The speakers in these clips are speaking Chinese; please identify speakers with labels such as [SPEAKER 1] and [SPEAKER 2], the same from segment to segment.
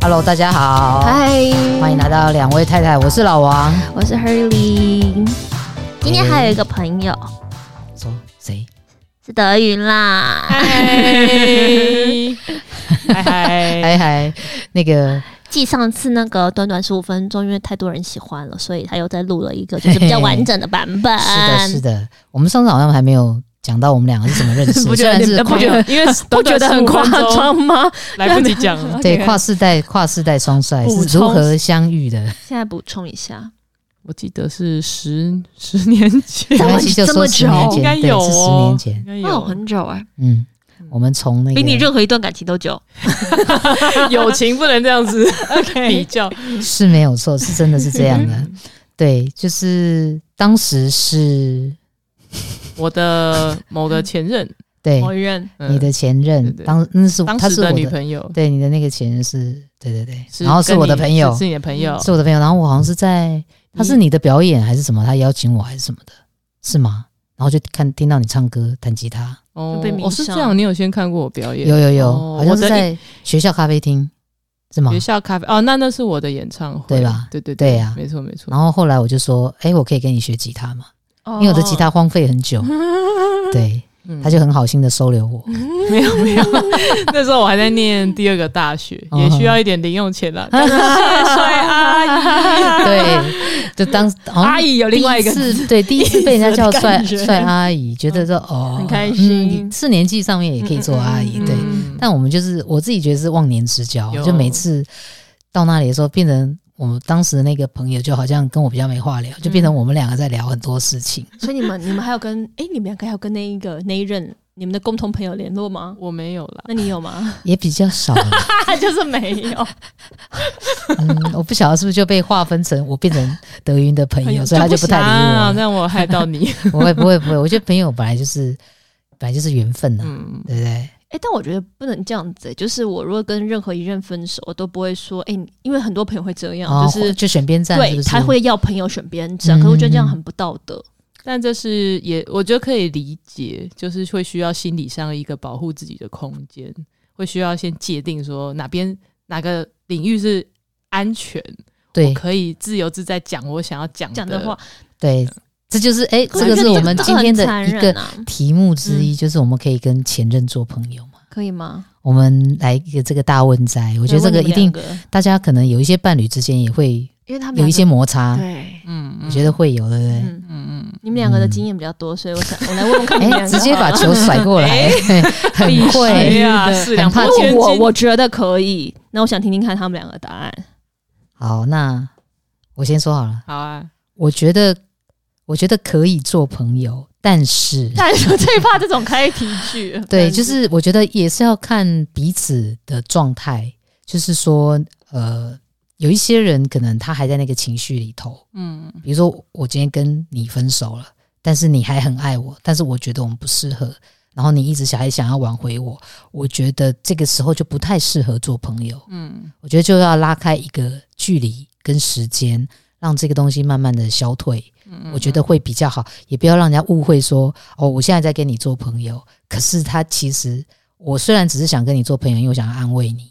[SPEAKER 1] Hello，大家好，
[SPEAKER 2] 嗨，
[SPEAKER 1] 欢迎来到两位太太，我是老王。
[SPEAKER 2] 我是 Hurley。今天还有一个朋友
[SPEAKER 1] 说谁？
[SPEAKER 2] 是德云啦，
[SPEAKER 3] 嗨嗨，
[SPEAKER 1] 嗨嗨，那个
[SPEAKER 2] 继上次那个短短十五分钟，因为太多人喜欢了，所以他又再录了一个就是比较完整的版本。
[SPEAKER 1] 是的，是的，我们上次好像还没有讲到我们两个是怎么认识，
[SPEAKER 3] 不
[SPEAKER 1] 虽
[SPEAKER 3] 觉得
[SPEAKER 1] 然
[SPEAKER 3] 你
[SPEAKER 1] 是
[SPEAKER 3] 们
[SPEAKER 1] 跨
[SPEAKER 3] 不觉得，因为
[SPEAKER 4] 不觉得很夸张吗？
[SPEAKER 3] 来不及讲了。
[SPEAKER 1] 对跨世代、跨世代双帅
[SPEAKER 4] 补充
[SPEAKER 1] 是如何相遇的？
[SPEAKER 2] 现在补充一下，
[SPEAKER 3] 我记得是十十年前，
[SPEAKER 1] 没关系，就
[SPEAKER 4] 这么
[SPEAKER 1] 说十年
[SPEAKER 4] 久
[SPEAKER 1] 前，
[SPEAKER 3] 应该
[SPEAKER 1] 对，
[SPEAKER 3] 有
[SPEAKER 1] 是十
[SPEAKER 3] 哦
[SPEAKER 1] 年，前
[SPEAKER 3] 应。该
[SPEAKER 2] 哦，
[SPEAKER 3] 有。
[SPEAKER 2] 很久哎，
[SPEAKER 1] 嗯，我们从那个
[SPEAKER 2] 比你任何一段感情都久。
[SPEAKER 3] 友情不能这 样子 比较，
[SPEAKER 1] 是没有错，是真的是这样 啊的。对，就是当时是
[SPEAKER 3] 我的某个前任，
[SPEAKER 1] 对
[SPEAKER 2] 某一任
[SPEAKER 3] 嗯
[SPEAKER 1] 你的前
[SPEAKER 3] 对
[SPEAKER 1] 任，
[SPEAKER 3] 对
[SPEAKER 1] 当那是
[SPEAKER 3] 当
[SPEAKER 1] 他
[SPEAKER 3] 时
[SPEAKER 1] 是我
[SPEAKER 3] 的女
[SPEAKER 1] 的，
[SPEAKER 3] 朋友，
[SPEAKER 1] 对你的那个前任是，对对对，
[SPEAKER 3] 是
[SPEAKER 1] 然后是
[SPEAKER 3] 跟
[SPEAKER 1] 我的
[SPEAKER 3] 你
[SPEAKER 1] 朋友
[SPEAKER 3] 是，是你的朋友，
[SPEAKER 1] 是我的朋友，然后我好像是在他是
[SPEAKER 3] 你
[SPEAKER 1] 你的表演还是什么，他邀请我还是什么的，是吗？然后就看听到你唱歌弹吉他，
[SPEAKER 3] 哦
[SPEAKER 2] 就被迷上
[SPEAKER 3] 哦，是这样，你有先看过我表演？
[SPEAKER 1] 有有
[SPEAKER 3] 哦
[SPEAKER 1] 有，好像
[SPEAKER 3] 我
[SPEAKER 1] 是
[SPEAKER 3] 的
[SPEAKER 1] 在学校咖啡厅，是吗
[SPEAKER 3] 学？校咖啡哦，那那是我的演唱会，
[SPEAKER 1] 对吧
[SPEAKER 3] 对对
[SPEAKER 1] 对啊
[SPEAKER 3] 没错没错
[SPEAKER 1] 然。后后来我就说，哎，我可以跟你学吉他吗？
[SPEAKER 3] 哦
[SPEAKER 1] 因为我的吉他荒废很久， 对，
[SPEAKER 3] 嗯
[SPEAKER 1] 他就很好心的收 留我。
[SPEAKER 3] 没有没有，那时候我还在念第二个 大学，
[SPEAKER 1] 嗯
[SPEAKER 3] 也需要一点零用钱啦。但是谢帅阿姨，
[SPEAKER 1] 对，就当好像
[SPEAKER 3] 阿姨有另外一个字，
[SPEAKER 1] 次对哦第一次被人家叫帅
[SPEAKER 3] 第一次的感觉嗯
[SPEAKER 1] 帅阿姨，觉得说哦
[SPEAKER 3] 很开心
[SPEAKER 1] 嗯是年纪上面也可以做阿姨，
[SPEAKER 3] 嗯
[SPEAKER 1] 对。但我们就是我自己觉得是忘年之交，
[SPEAKER 3] 有
[SPEAKER 1] 就每次到那里的时候，变成我们当时的那个朋友就好像跟我比较没话聊，就变成
[SPEAKER 3] 嗯
[SPEAKER 1] 我们两个在聊很多事情。
[SPEAKER 4] 所以你们你们还有跟哎，你们两个还有跟那一个那一任你们的共同朋友联络吗？
[SPEAKER 3] 我没有啦。
[SPEAKER 4] 那你有吗？
[SPEAKER 1] 也比较少了，
[SPEAKER 4] 他就是没有，
[SPEAKER 1] 嗯，我不晓得是不是就被划分成我变成德云的朋
[SPEAKER 4] 朋
[SPEAKER 1] 友，
[SPEAKER 4] 友
[SPEAKER 1] 所以他就不太理
[SPEAKER 3] 啊，
[SPEAKER 1] 我了。
[SPEAKER 3] 让我害到你。
[SPEAKER 1] 不会不会不会，我觉得朋友本来就是本来就是缘分呐、
[SPEAKER 3] 嗯，
[SPEAKER 1] 对不对？
[SPEAKER 4] 哎、但我觉得不能这样子、欸就是我如果跟任何一任分手，我都不会说，哎、你因为很多朋友会这样，
[SPEAKER 1] 哦
[SPEAKER 4] 就是
[SPEAKER 1] 就选边站，是
[SPEAKER 4] 对
[SPEAKER 1] 不是
[SPEAKER 4] 他会要朋友选边站，可是我觉得这样很不道德。
[SPEAKER 3] 但这是也，我觉得可以理解，就是会需要心理上一个保护自己的空间，会需要先界定说哪边哪个领域是安全，
[SPEAKER 1] 对
[SPEAKER 3] 可以自由自在讲我想要讲
[SPEAKER 4] 讲的话，
[SPEAKER 1] 对，这就是哎、
[SPEAKER 4] 可
[SPEAKER 1] 这个
[SPEAKER 4] 觉
[SPEAKER 1] 是
[SPEAKER 4] 得
[SPEAKER 1] 我们今天的
[SPEAKER 4] 这很
[SPEAKER 1] 一
[SPEAKER 4] 残
[SPEAKER 1] 个
[SPEAKER 4] 忍啊、
[SPEAKER 1] 题目之一，就是我们可以跟前任做朋友嘛。
[SPEAKER 4] 可以吗？
[SPEAKER 1] 我们来一个这个大问哉，我觉得这个一定
[SPEAKER 4] 对，问你们两个
[SPEAKER 1] 大家可能有一些伴侣之间也会
[SPEAKER 4] 因为他们
[SPEAKER 1] 有一些
[SPEAKER 4] 两
[SPEAKER 1] 摩
[SPEAKER 4] 个
[SPEAKER 1] 擦，
[SPEAKER 4] 对，
[SPEAKER 3] 嗯，嗯
[SPEAKER 1] 我觉得会有，对不对？
[SPEAKER 4] 嗯，
[SPEAKER 3] 嗯嗯，
[SPEAKER 4] 你们两个的经验比较多，所以我想我来问问看你
[SPEAKER 1] 哎、
[SPEAKER 4] 们两个。
[SPEAKER 1] 直接把 球甩过来，很
[SPEAKER 3] 哎
[SPEAKER 1] 会。
[SPEAKER 3] 呀，
[SPEAKER 4] 对
[SPEAKER 3] 四两拨
[SPEAKER 1] 很怕
[SPEAKER 3] 千
[SPEAKER 4] 我我
[SPEAKER 3] 斤，
[SPEAKER 4] 我觉得可以，那我想听听看他们两个答案。
[SPEAKER 1] 好，那我先说好了，
[SPEAKER 3] 好啊，
[SPEAKER 1] 我觉得我觉得可以做朋友，但是
[SPEAKER 4] 但是我最怕这种开题句，
[SPEAKER 1] 对，
[SPEAKER 4] 但
[SPEAKER 1] 就是我觉得也是要看彼此的状态，就是说，呃，有一些人可能他还在那个情绪里头，
[SPEAKER 3] 嗯，
[SPEAKER 1] 比如说我今天跟你分手了，但是你还很爱我，但是我觉得我们不适合，然后你一直想还想要挽回我，我觉得这个时候就不太适合做朋友。
[SPEAKER 3] 嗯，
[SPEAKER 1] 我觉得就要拉开一个距离跟时间，让这个东西慢慢的消退，我觉得会比较好，也不要让人家误会说哦，我现在在跟你做朋友，可是他其实我虽然只是想跟你做朋友，因为我想要安慰你，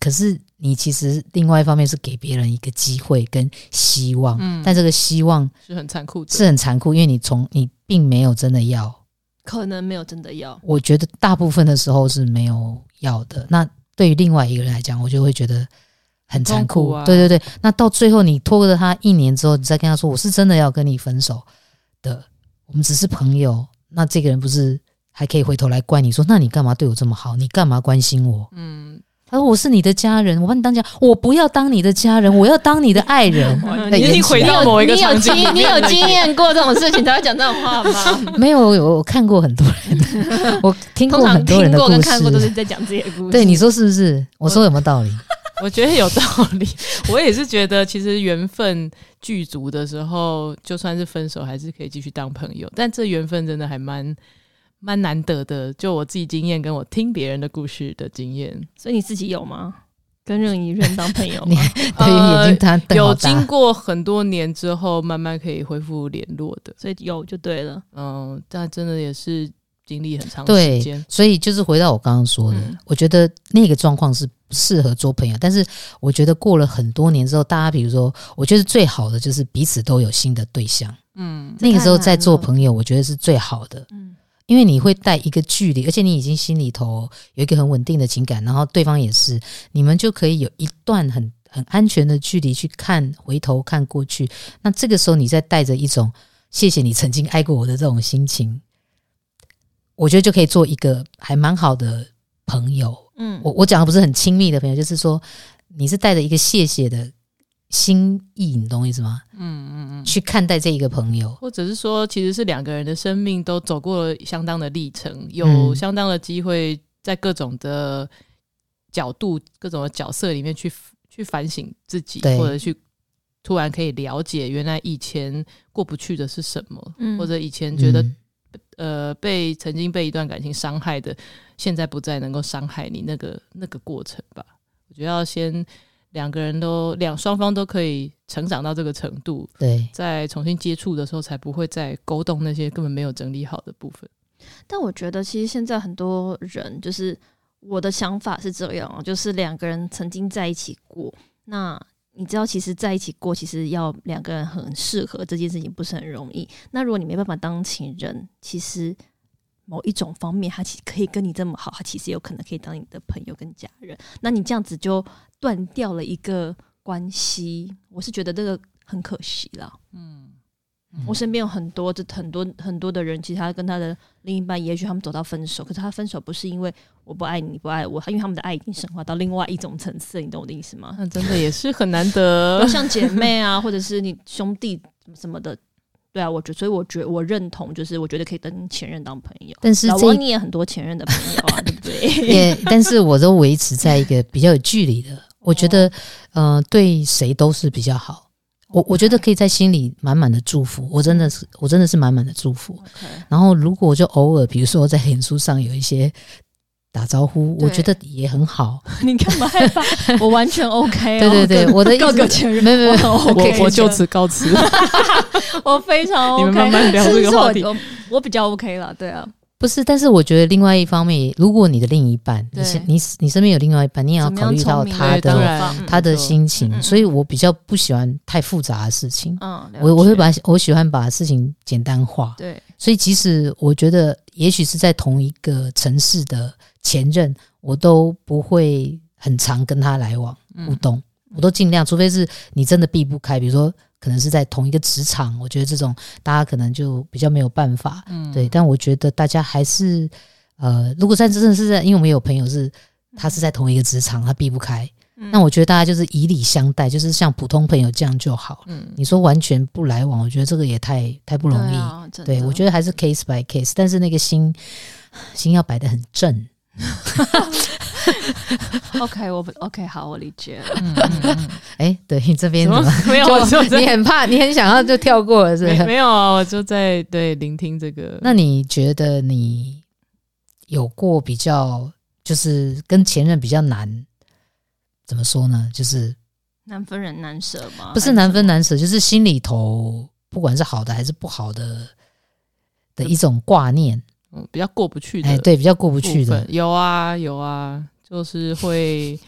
[SPEAKER 1] 可是你其实另外一方面是给别人一个机会跟希望，
[SPEAKER 3] 嗯
[SPEAKER 1] 但这个希望
[SPEAKER 3] 是很残酷的，
[SPEAKER 1] 是很残酷，因为你从你并没有真的要
[SPEAKER 4] 可能没有真的要。
[SPEAKER 1] 我觉得大部分的时候是没有要的。那对于另外一个人来讲，我就会觉得很残
[SPEAKER 3] 很
[SPEAKER 1] 酷。
[SPEAKER 3] 痛苦啊
[SPEAKER 1] 对对对，那到最后你拖着他一年之后，你再跟他说我是真的要跟你分手的，我们只是朋友，那这个人不是还可以回头来怪你说，那你干嘛对我这么好？你干嘛关心我？
[SPEAKER 3] 嗯，
[SPEAKER 1] 他说我是你的家人，我把你当家，我不要当你的家人，我要当你的爱 人。
[SPEAKER 3] 哇
[SPEAKER 1] 对
[SPEAKER 3] 你已
[SPEAKER 1] 也
[SPEAKER 3] 经
[SPEAKER 1] 是
[SPEAKER 3] 回到某一个
[SPEAKER 4] 你有
[SPEAKER 3] 场景里
[SPEAKER 4] 经
[SPEAKER 3] 面
[SPEAKER 4] 你有经验过这种事情才会讲这 种话吗？
[SPEAKER 1] 没有，我我看过很多人的，我听过
[SPEAKER 4] 通
[SPEAKER 1] 很
[SPEAKER 4] 常
[SPEAKER 1] 多人
[SPEAKER 4] 听
[SPEAKER 1] 的
[SPEAKER 4] 过跟
[SPEAKER 1] 故
[SPEAKER 4] 看过都是
[SPEAKER 1] 事。
[SPEAKER 4] 在讲自己的故事。
[SPEAKER 1] 对，你说是不是？我说有没有道理？
[SPEAKER 3] 我觉得有道理，我也是觉得，其实缘分具足的时候，就算是分手，还是可以继续当朋友。但这缘分真的还蛮蛮难得的，就我自己经验，跟我听别人的故事的经验，
[SPEAKER 4] 所以你自己有吗？跟任意任当 朋友吗？
[SPEAKER 1] 对，眼睛他瞪好
[SPEAKER 3] 呃有
[SPEAKER 1] 大
[SPEAKER 3] 经过很多年之后，慢慢可以恢复联络的。
[SPEAKER 4] 所以有就对了。
[SPEAKER 3] 嗯，但真的也是经历很长的时
[SPEAKER 1] 对
[SPEAKER 3] 间，。
[SPEAKER 1] 所以就是回到我刚刚说的，
[SPEAKER 3] 嗯
[SPEAKER 1] 我觉得那个状况是适合做朋友，但是我觉得过了很多年之后，大家比如说，我觉得最好的就是彼此都有新的对象，
[SPEAKER 3] 嗯，
[SPEAKER 1] 那个时候
[SPEAKER 4] 太难
[SPEAKER 1] 再做
[SPEAKER 4] 了
[SPEAKER 1] 朋友，我觉得是最好的。
[SPEAKER 4] 嗯
[SPEAKER 1] 因为你会带一个距离，而且你已经心里头有一个很稳定的情感，然后对方也是，你们就可以有一段很很安全的距离去看，回头看过去。那这个时候，你再带着一种谢谢你曾经爱过我的这种心情，我觉得就可以做一个还蛮好的朋友。
[SPEAKER 4] 嗯
[SPEAKER 1] 我我讲的不是很亲密的朋友，就是说你是带着一个谢谢的心意，你懂我意思吗？嗯嗯嗯，去看待这一个朋友。
[SPEAKER 3] 或者是说，其实是两个人的生命都走过了相当的历程，有
[SPEAKER 1] 嗯
[SPEAKER 3] 相当的机会在各种的角度、各种的角色里面去去反省自己，
[SPEAKER 1] 对
[SPEAKER 3] 或者去突然可以了解原来以前过不去的是什么，
[SPEAKER 4] 嗯
[SPEAKER 3] 或者以前觉得、
[SPEAKER 1] 嗯
[SPEAKER 3] 呃被曾经被一段感情伤害的，现在不再能够伤害你那个那个过程吧。我觉得要先两个人都两双方都可以成长到这个程度，
[SPEAKER 1] 对，
[SPEAKER 3] 在重新接触的时候，才不会再勾动那些根本没有整理好的部分。
[SPEAKER 4] 但我觉得其实现在很多人就是我的想法是这样哦，就是两个人曾经在一起过，那你知道其实在一起过，其实要两个人很适合这件事情不是很容易。那如果你没办法当情人，其实。某一种方面，他其可以跟你这么好，他其实有可能可以当你的朋友跟家人。那你这样子就断掉了一个关系，我是觉得这个很可惜啦。
[SPEAKER 3] 嗯，
[SPEAKER 4] 我身边有很多，就很多很多的人，其实他跟他的另一半，也许他们走到分手，可是他分手不是因为我不爱你，你不爱我，因为他们的爱已经升华到另外一种层次，你懂我的意思 吗？。
[SPEAKER 3] 那真的也是很难得
[SPEAKER 4] 像姐妹啊，或者是你兄弟什么的，对啊，我觉所以我觉我认同，就是我觉得可以跟前任当朋友。
[SPEAKER 1] 但是
[SPEAKER 4] 老
[SPEAKER 1] 这一
[SPEAKER 4] 王你也很多前任的朋友啊，对不对？
[SPEAKER 1] 也，但是我都维持在一个比较有距离的。我觉得，
[SPEAKER 4] 哦
[SPEAKER 1] 呃，对谁都是比较好。我我觉得可以在心里满满的祝福，我真的是，我真的是满满的祝福。然后，如果就偶尔，比如说在脸书上有一些打招呼，
[SPEAKER 4] 对
[SPEAKER 1] 我觉得也很好。
[SPEAKER 4] 你干嘛害怕？ 我完全 OK 哦、
[SPEAKER 1] 对对对，
[SPEAKER 4] 跟
[SPEAKER 1] 我的意
[SPEAKER 4] 告个
[SPEAKER 1] 思
[SPEAKER 4] 前
[SPEAKER 1] 是，
[SPEAKER 4] 任
[SPEAKER 1] 没有没有，
[SPEAKER 4] 我很 OK，
[SPEAKER 3] 我我就此告辞。
[SPEAKER 4] 我非常 OK。
[SPEAKER 3] 你们慢慢聊这个话题
[SPEAKER 4] 是是我我我比较 OK 了，对啊。
[SPEAKER 1] 不是。但是我觉得另外一方面，如果你的另一半，你
[SPEAKER 4] 对
[SPEAKER 1] 是你你身边有另外一半，你也要
[SPEAKER 4] 怎么样
[SPEAKER 1] 考虑到
[SPEAKER 4] 聪明
[SPEAKER 1] 他
[SPEAKER 3] 对当
[SPEAKER 1] 的
[SPEAKER 3] 然
[SPEAKER 1] 他的
[SPEAKER 3] 没错
[SPEAKER 1] 心
[SPEAKER 4] 嗯嗯
[SPEAKER 1] 情，
[SPEAKER 4] 嗯
[SPEAKER 1] 所以我比较不喜欢太复杂的事情。
[SPEAKER 4] 嗯，了
[SPEAKER 1] 我我会
[SPEAKER 4] 解
[SPEAKER 1] 把我喜欢把事情简单化，
[SPEAKER 4] 对
[SPEAKER 1] 所以即使我觉得也许是在同一个城市的前任，我都不会很常跟他来往
[SPEAKER 4] 嗯
[SPEAKER 1] 互动，我都尽量，除非是你真的避不开，比如说可能是在同一个职场，我觉得这种大家可能就比较没有办法，
[SPEAKER 3] 嗯
[SPEAKER 1] 对，但我觉得大家还是呃，如果在真的是在，因为我们有朋友是他是在同一个职场，他避不开，
[SPEAKER 4] 嗯
[SPEAKER 1] 那我觉得大家就是以礼相待，就是像普通朋友这样就好了。
[SPEAKER 3] 嗯，
[SPEAKER 1] 你说完全不来往，我觉得这个也太太不容易。
[SPEAKER 4] 对,、啊、
[SPEAKER 3] 嗯
[SPEAKER 4] 真
[SPEAKER 1] 对
[SPEAKER 4] 的
[SPEAKER 1] 我觉得还是 case by case，但是那个心心要摆得很正。
[SPEAKER 4] OK，我不 OK，好，我理解了。
[SPEAKER 3] 嗯嗯嗯
[SPEAKER 1] 哎，对，这边
[SPEAKER 3] 什
[SPEAKER 1] 怎
[SPEAKER 3] 么
[SPEAKER 1] 么？
[SPEAKER 3] 没有？我就
[SPEAKER 1] 你
[SPEAKER 3] 在
[SPEAKER 1] 很怕，你很想要就跳过了，是不
[SPEAKER 3] 没
[SPEAKER 1] 是？
[SPEAKER 3] 没有啊，我就在对聆听这个。
[SPEAKER 1] 那你觉得你有过比较，就是跟前任比较难？怎么说呢？就是
[SPEAKER 4] 难分人难舍吗？
[SPEAKER 3] 啊
[SPEAKER 1] 不是难分难舍，就是心里头不管是好的还是不好的的一种挂念，
[SPEAKER 3] 嗯比较过不去的
[SPEAKER 1] 哎，对，比较过不
[SPEAKER 3] 不
[SPEAKER 1] 去的，
[SPEAKER 3] 有啊有啊，就是会。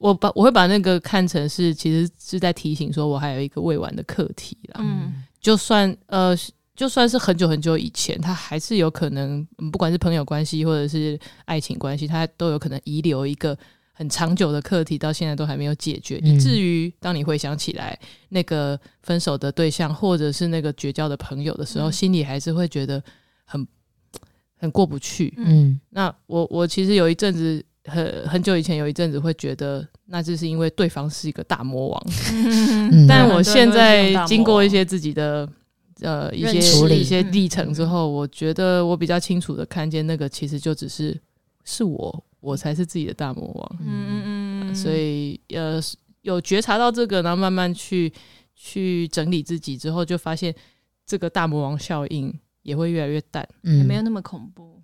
[SPEAKER 3] 我把我会把那个看成是，其实是在提醒说，我还有一个未完的课题啦。
[SPEAKER 4] 还是什么。嗯，
[SPEAKER 3] 就算呃，就算是很久很久以前，他还是有可能，嗯不管是朋友关系或者是爱情关系，他都有可能遗留一个很长久的课题，到现在都还没有解决，
[SPEAKER 1] 嗯
[SPEAKER 3] 以至于当你回想起来那个分手的对象或者是那个绝交的朋友的时候，
[SPEAKER 4] 嗯
[SPEAKER 3] 心里还是会觉得很很过不去。
[SPEAKER 1] 嗯
[SPEAKER 3] 那我我其实有一阵子。很很久以前有一阵子会觉得，那就是因为对方是一个大魔王，
[SPEAKER 1] 嗯，
[SPEAKER 3] 但
[SPEAKER 4] 嗯
[SPEAKER 3] 我
[SPEAKER 4] 很多人
[SPEAKER 3] 现
[SPEAKER 4] 都会用大
[SPEAKER 3] 在
[SPEAKER 4] 魔
[SPEAKER 3] 经过一些自己的呃一
[SPEAKER 4] 认
[SPEAKER 3] 些
[SPEAKER 1] 识
[SPEAKER 3] 一些
[SPEAKER 4] 嗯
[SPEAKER 3] 历程之后，我觉得我比较清楚的看见那个其实就只是是我，我才是自己的大魔王。
[SPEAKER 4] 嗯
[SPEAKER 3] 所以呃，有觉察到这个，然后慢慢去去整理自己之后，就发现这个大魔王效应也会越来越淡。
[SPEAKER 1] 嗯
[SPEAKER 4] 也没有那么恐怖。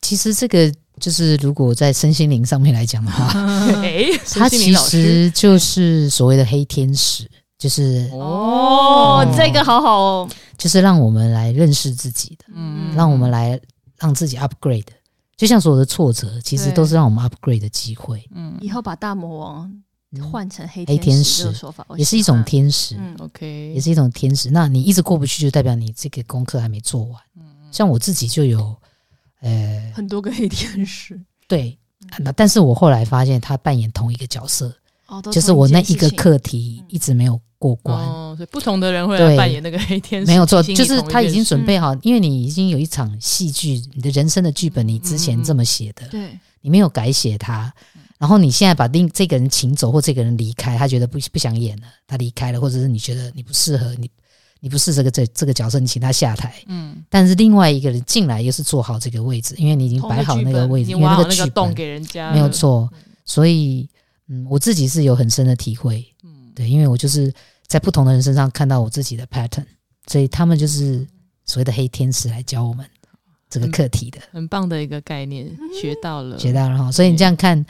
[SPEAKER 1] 其实这个就是，如果在身心灵上面来讲的 话，
[SPEAKER 4] 嗯
[SPEAKER 3] 哎、
[SPEAKER 1] 它
[SPEAKER 3] 孙兴
[SPEAKER 1] 其
[SPEAKER 3] 民老师
[SPEAKER 1] 实就是所谓的黑天使，就是
[SPEAKER 4] 哦，这个好好哦，
[SPEAKER 1] 就是让我们来认识自己的，
[SPEAKER 3] 嗯
[SPEAKER 1] 让我们来让自己 upgrade。就像所有的挫折，其实
[SPEAKER 3] 对
[SPEAKER 1] 都是让我们 upgrade 的机会，
[SPEAKER 3] 嗯
[SPEAKER 4] 以后把大魔王
[SPEAKER 1] 嗯
[SPEAKER 4] 换成黑
[SPEAKER 1] 黑天
[SPEAKER 4] 天
[SPEAKER 1] 使
[SPEAKER 4] 这个说法，我
[SPEAKER 1] 也是一
[SPEAKER 4] 喜欢
[SPEAKER 1] 种天使，
[SPEAKER 4] 嗯，
[SPEAKER 3] ，OK，
[SPEAKER 1] 也是一种天使。那你一直过不去，就代表你这个功课还没做完。
[SPEAKER 4] 嗯
[SPEAKER 1] 像我自己就有，呃，
[SPEAKER 4] 很多个黑天使
[SPEAKER 1] 对，
[SPEAKER 4] 嗯
[SPEAKER 1] 那但是我后来发现他扮演同一个角色，
[SPEAKER 4] 哦，都
[SPEAKER 1] 就是
[SPEAKER 4] 同
[SPEAKER 1] 我那
[SPEAKER 4] 件
[SPEAKER 1] 一个
[SPEAKER 4] 事情
[SPEAKER 1] 课题
[SPEAKER 4] 嗯
[SPEAKER 1] 一直没有过关。
[SPEAKER 3] 哦，所以不同的人会
[SPEAKER 1] 对
[SPEAKER 3] 来扮演那个黑天使，
[SPEAKER 1] 没有错，
[SPEAKER 3] 提醒
[SPEAKER 1] 就是
[SPEAKER 3] 你同一嗯
[SPEAKER 1] 他已
[SPEAKER 3] 件
[SPEAKER 1] 经
[SPEAKER 3] 事
[SPEAKER 1] 准备好，因为你已经有一场戏剧，你的人生的剧本，你之
[SPEAKER 3] 嗯
[SPEAKER 1] 前这么写的，
[SPEAKER 4] 对，
[SPEAKER 1] 你没有改写它，然后你现在把另这个人请走或这个人离开，他觉得不不想演了，他离开了，或者是你觉得你不适合你，你不是这个这这个角色，你请他下台。
[SPEAKER 3] 嗯，
[SPEAKER 1] 但是另外一个人进来又是坐好这个位置，因为你已经
[SPEAKER 3] 同
[SPEAKER 1] 摆
[SPEAKER 3] 个
[SPEAKER 1] 好
[SPEAKER 3] 剧
[SPEAKER 1] 那个
[SPEAKER 3] 本
[SPEAKER 1] 位置，
[SPEAKER 3] 你
[SPEAKER 1] 因为
[SPEAKER 3] 挖好
[SPEAKER 1] 剧
[SPEAKER 3] 那个
[SPEAKER 1] 本
[SPEAKER 3] 洞给人家，
[SPEAKER 1] 没有，错，所以嗯，我自己是有很深的体会，
[SPEAKER 3] 嗯，
[SPEAKER 1] 对，因为我就是在不同的人身上看到我自己的 pattern，所以他们就是所谓的黑天使来教我们这
[SPEAKER 3] 嗯
[SPEAKER 1] 个课题的，
[SPEAKER 3] 很棒的一个概念，学到了，
[SPEAKER 1] 嗯学到了哈。所以你这样看，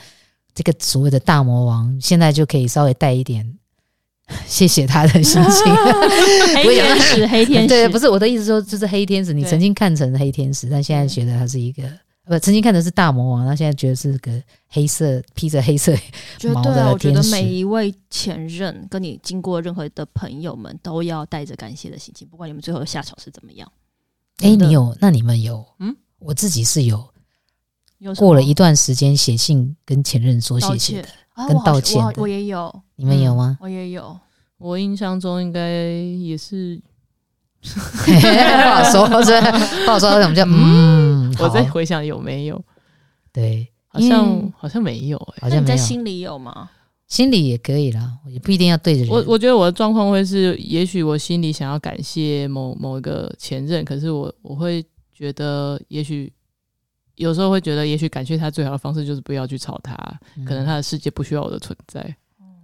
[SPEAKER 1] 这个所谓的大魔王，现在就可以稍微带一点 谢谢他的心 情。
[SPEAKER 2] 黑天使，黑天使，
[SPEAKER 1] 对，不是我的意思说，就是黑天使，你
[SPEAKER 3] 对嗯
[SPEAKER 1] 曾经看成黑天使，但现在觉得他是一个。呃不，曾经看成是大魔王，他现在觉得是个黑色披着黑色
[SPEAKER 4] 觉得
[SPEAKER 1] 毛
[SPEAKER 4] 对
[SPEAKER 1] 的
[SPEAKER 4] 啊，我觉
[SPEAKER 1] 天
[SPEAKER 4] 得
[SPEAKER 1] 使
[SPEAKER 4] 每一位前任跟你经过任何的朋友们，都要带着感谢的心情，不管你们最后的下场是怎么样。
[SPEAKER 1] 哎、
[SPEAKER 4] 真的
[SPEAKER 1] 你有？那你们有？嗯
[SPEAKER 3] 嗯，
[SPEAKER 1] 我自己是有。
[SPEAKER 4] 有什么
[SPEAKER 1] 过了一段时间，写信跟前任说
[SPEAKER 4] 道
[SPEAKER 1] 谢谢
[SPEAKER 4] 歉
[SPEAKER 1] 的，，
[SPEAKER 4] 啊
[SPEAKER 1] 跟
[SPEAKER 4] 我好
[SPEAKER 1] 道
[SPEAKER 4] 像我好
[SPEAKER 1] 歉的
[SPEAKER 4] 我也有，
[SPEAKER 1] 你们有吗？
[SPEAKER 4] 我也有，
[SPEAKER 3] 我印象中应该也是，
[SPEAKER 1] 不
[SPEAKER 4] 嗯
[SPEAKER 1] 好说， 是不好说。我们就嗯，
[SPEAKER 3] 我
[SPEAKER 1] 好，
[SPEAKER 3] 在回想有没有，
[SPEAKER 1] 对，
[SPEAKER 3] 好像
[SPEAKER 1] 嗯
[SPEAKER 3] 好像没有哎、
[SPEAKER 1] 好
[SPEAKER 4] 那
[SPEAKER 1] 像
[SPEAKER 4] 你
[SPEAKER 1] 没
[SPEAKER 4] 在
[SPEAKER 1] 有，
[SPEAKER 4] 心里有吗？
[SPEAKER 1] 心里也可以啦，也不一定要对着人。
[SPEAKER 3] 我我觉得我的状况会是，也许我心里想要感谢某某一个前任，可是我我会觉得，也许有时候会觉得，也许感谢他最好的方式就是不要去吵他，
[SPEAKER 1] 嗯
[SPEAKER 3] 可能他的世界不需要我的存在。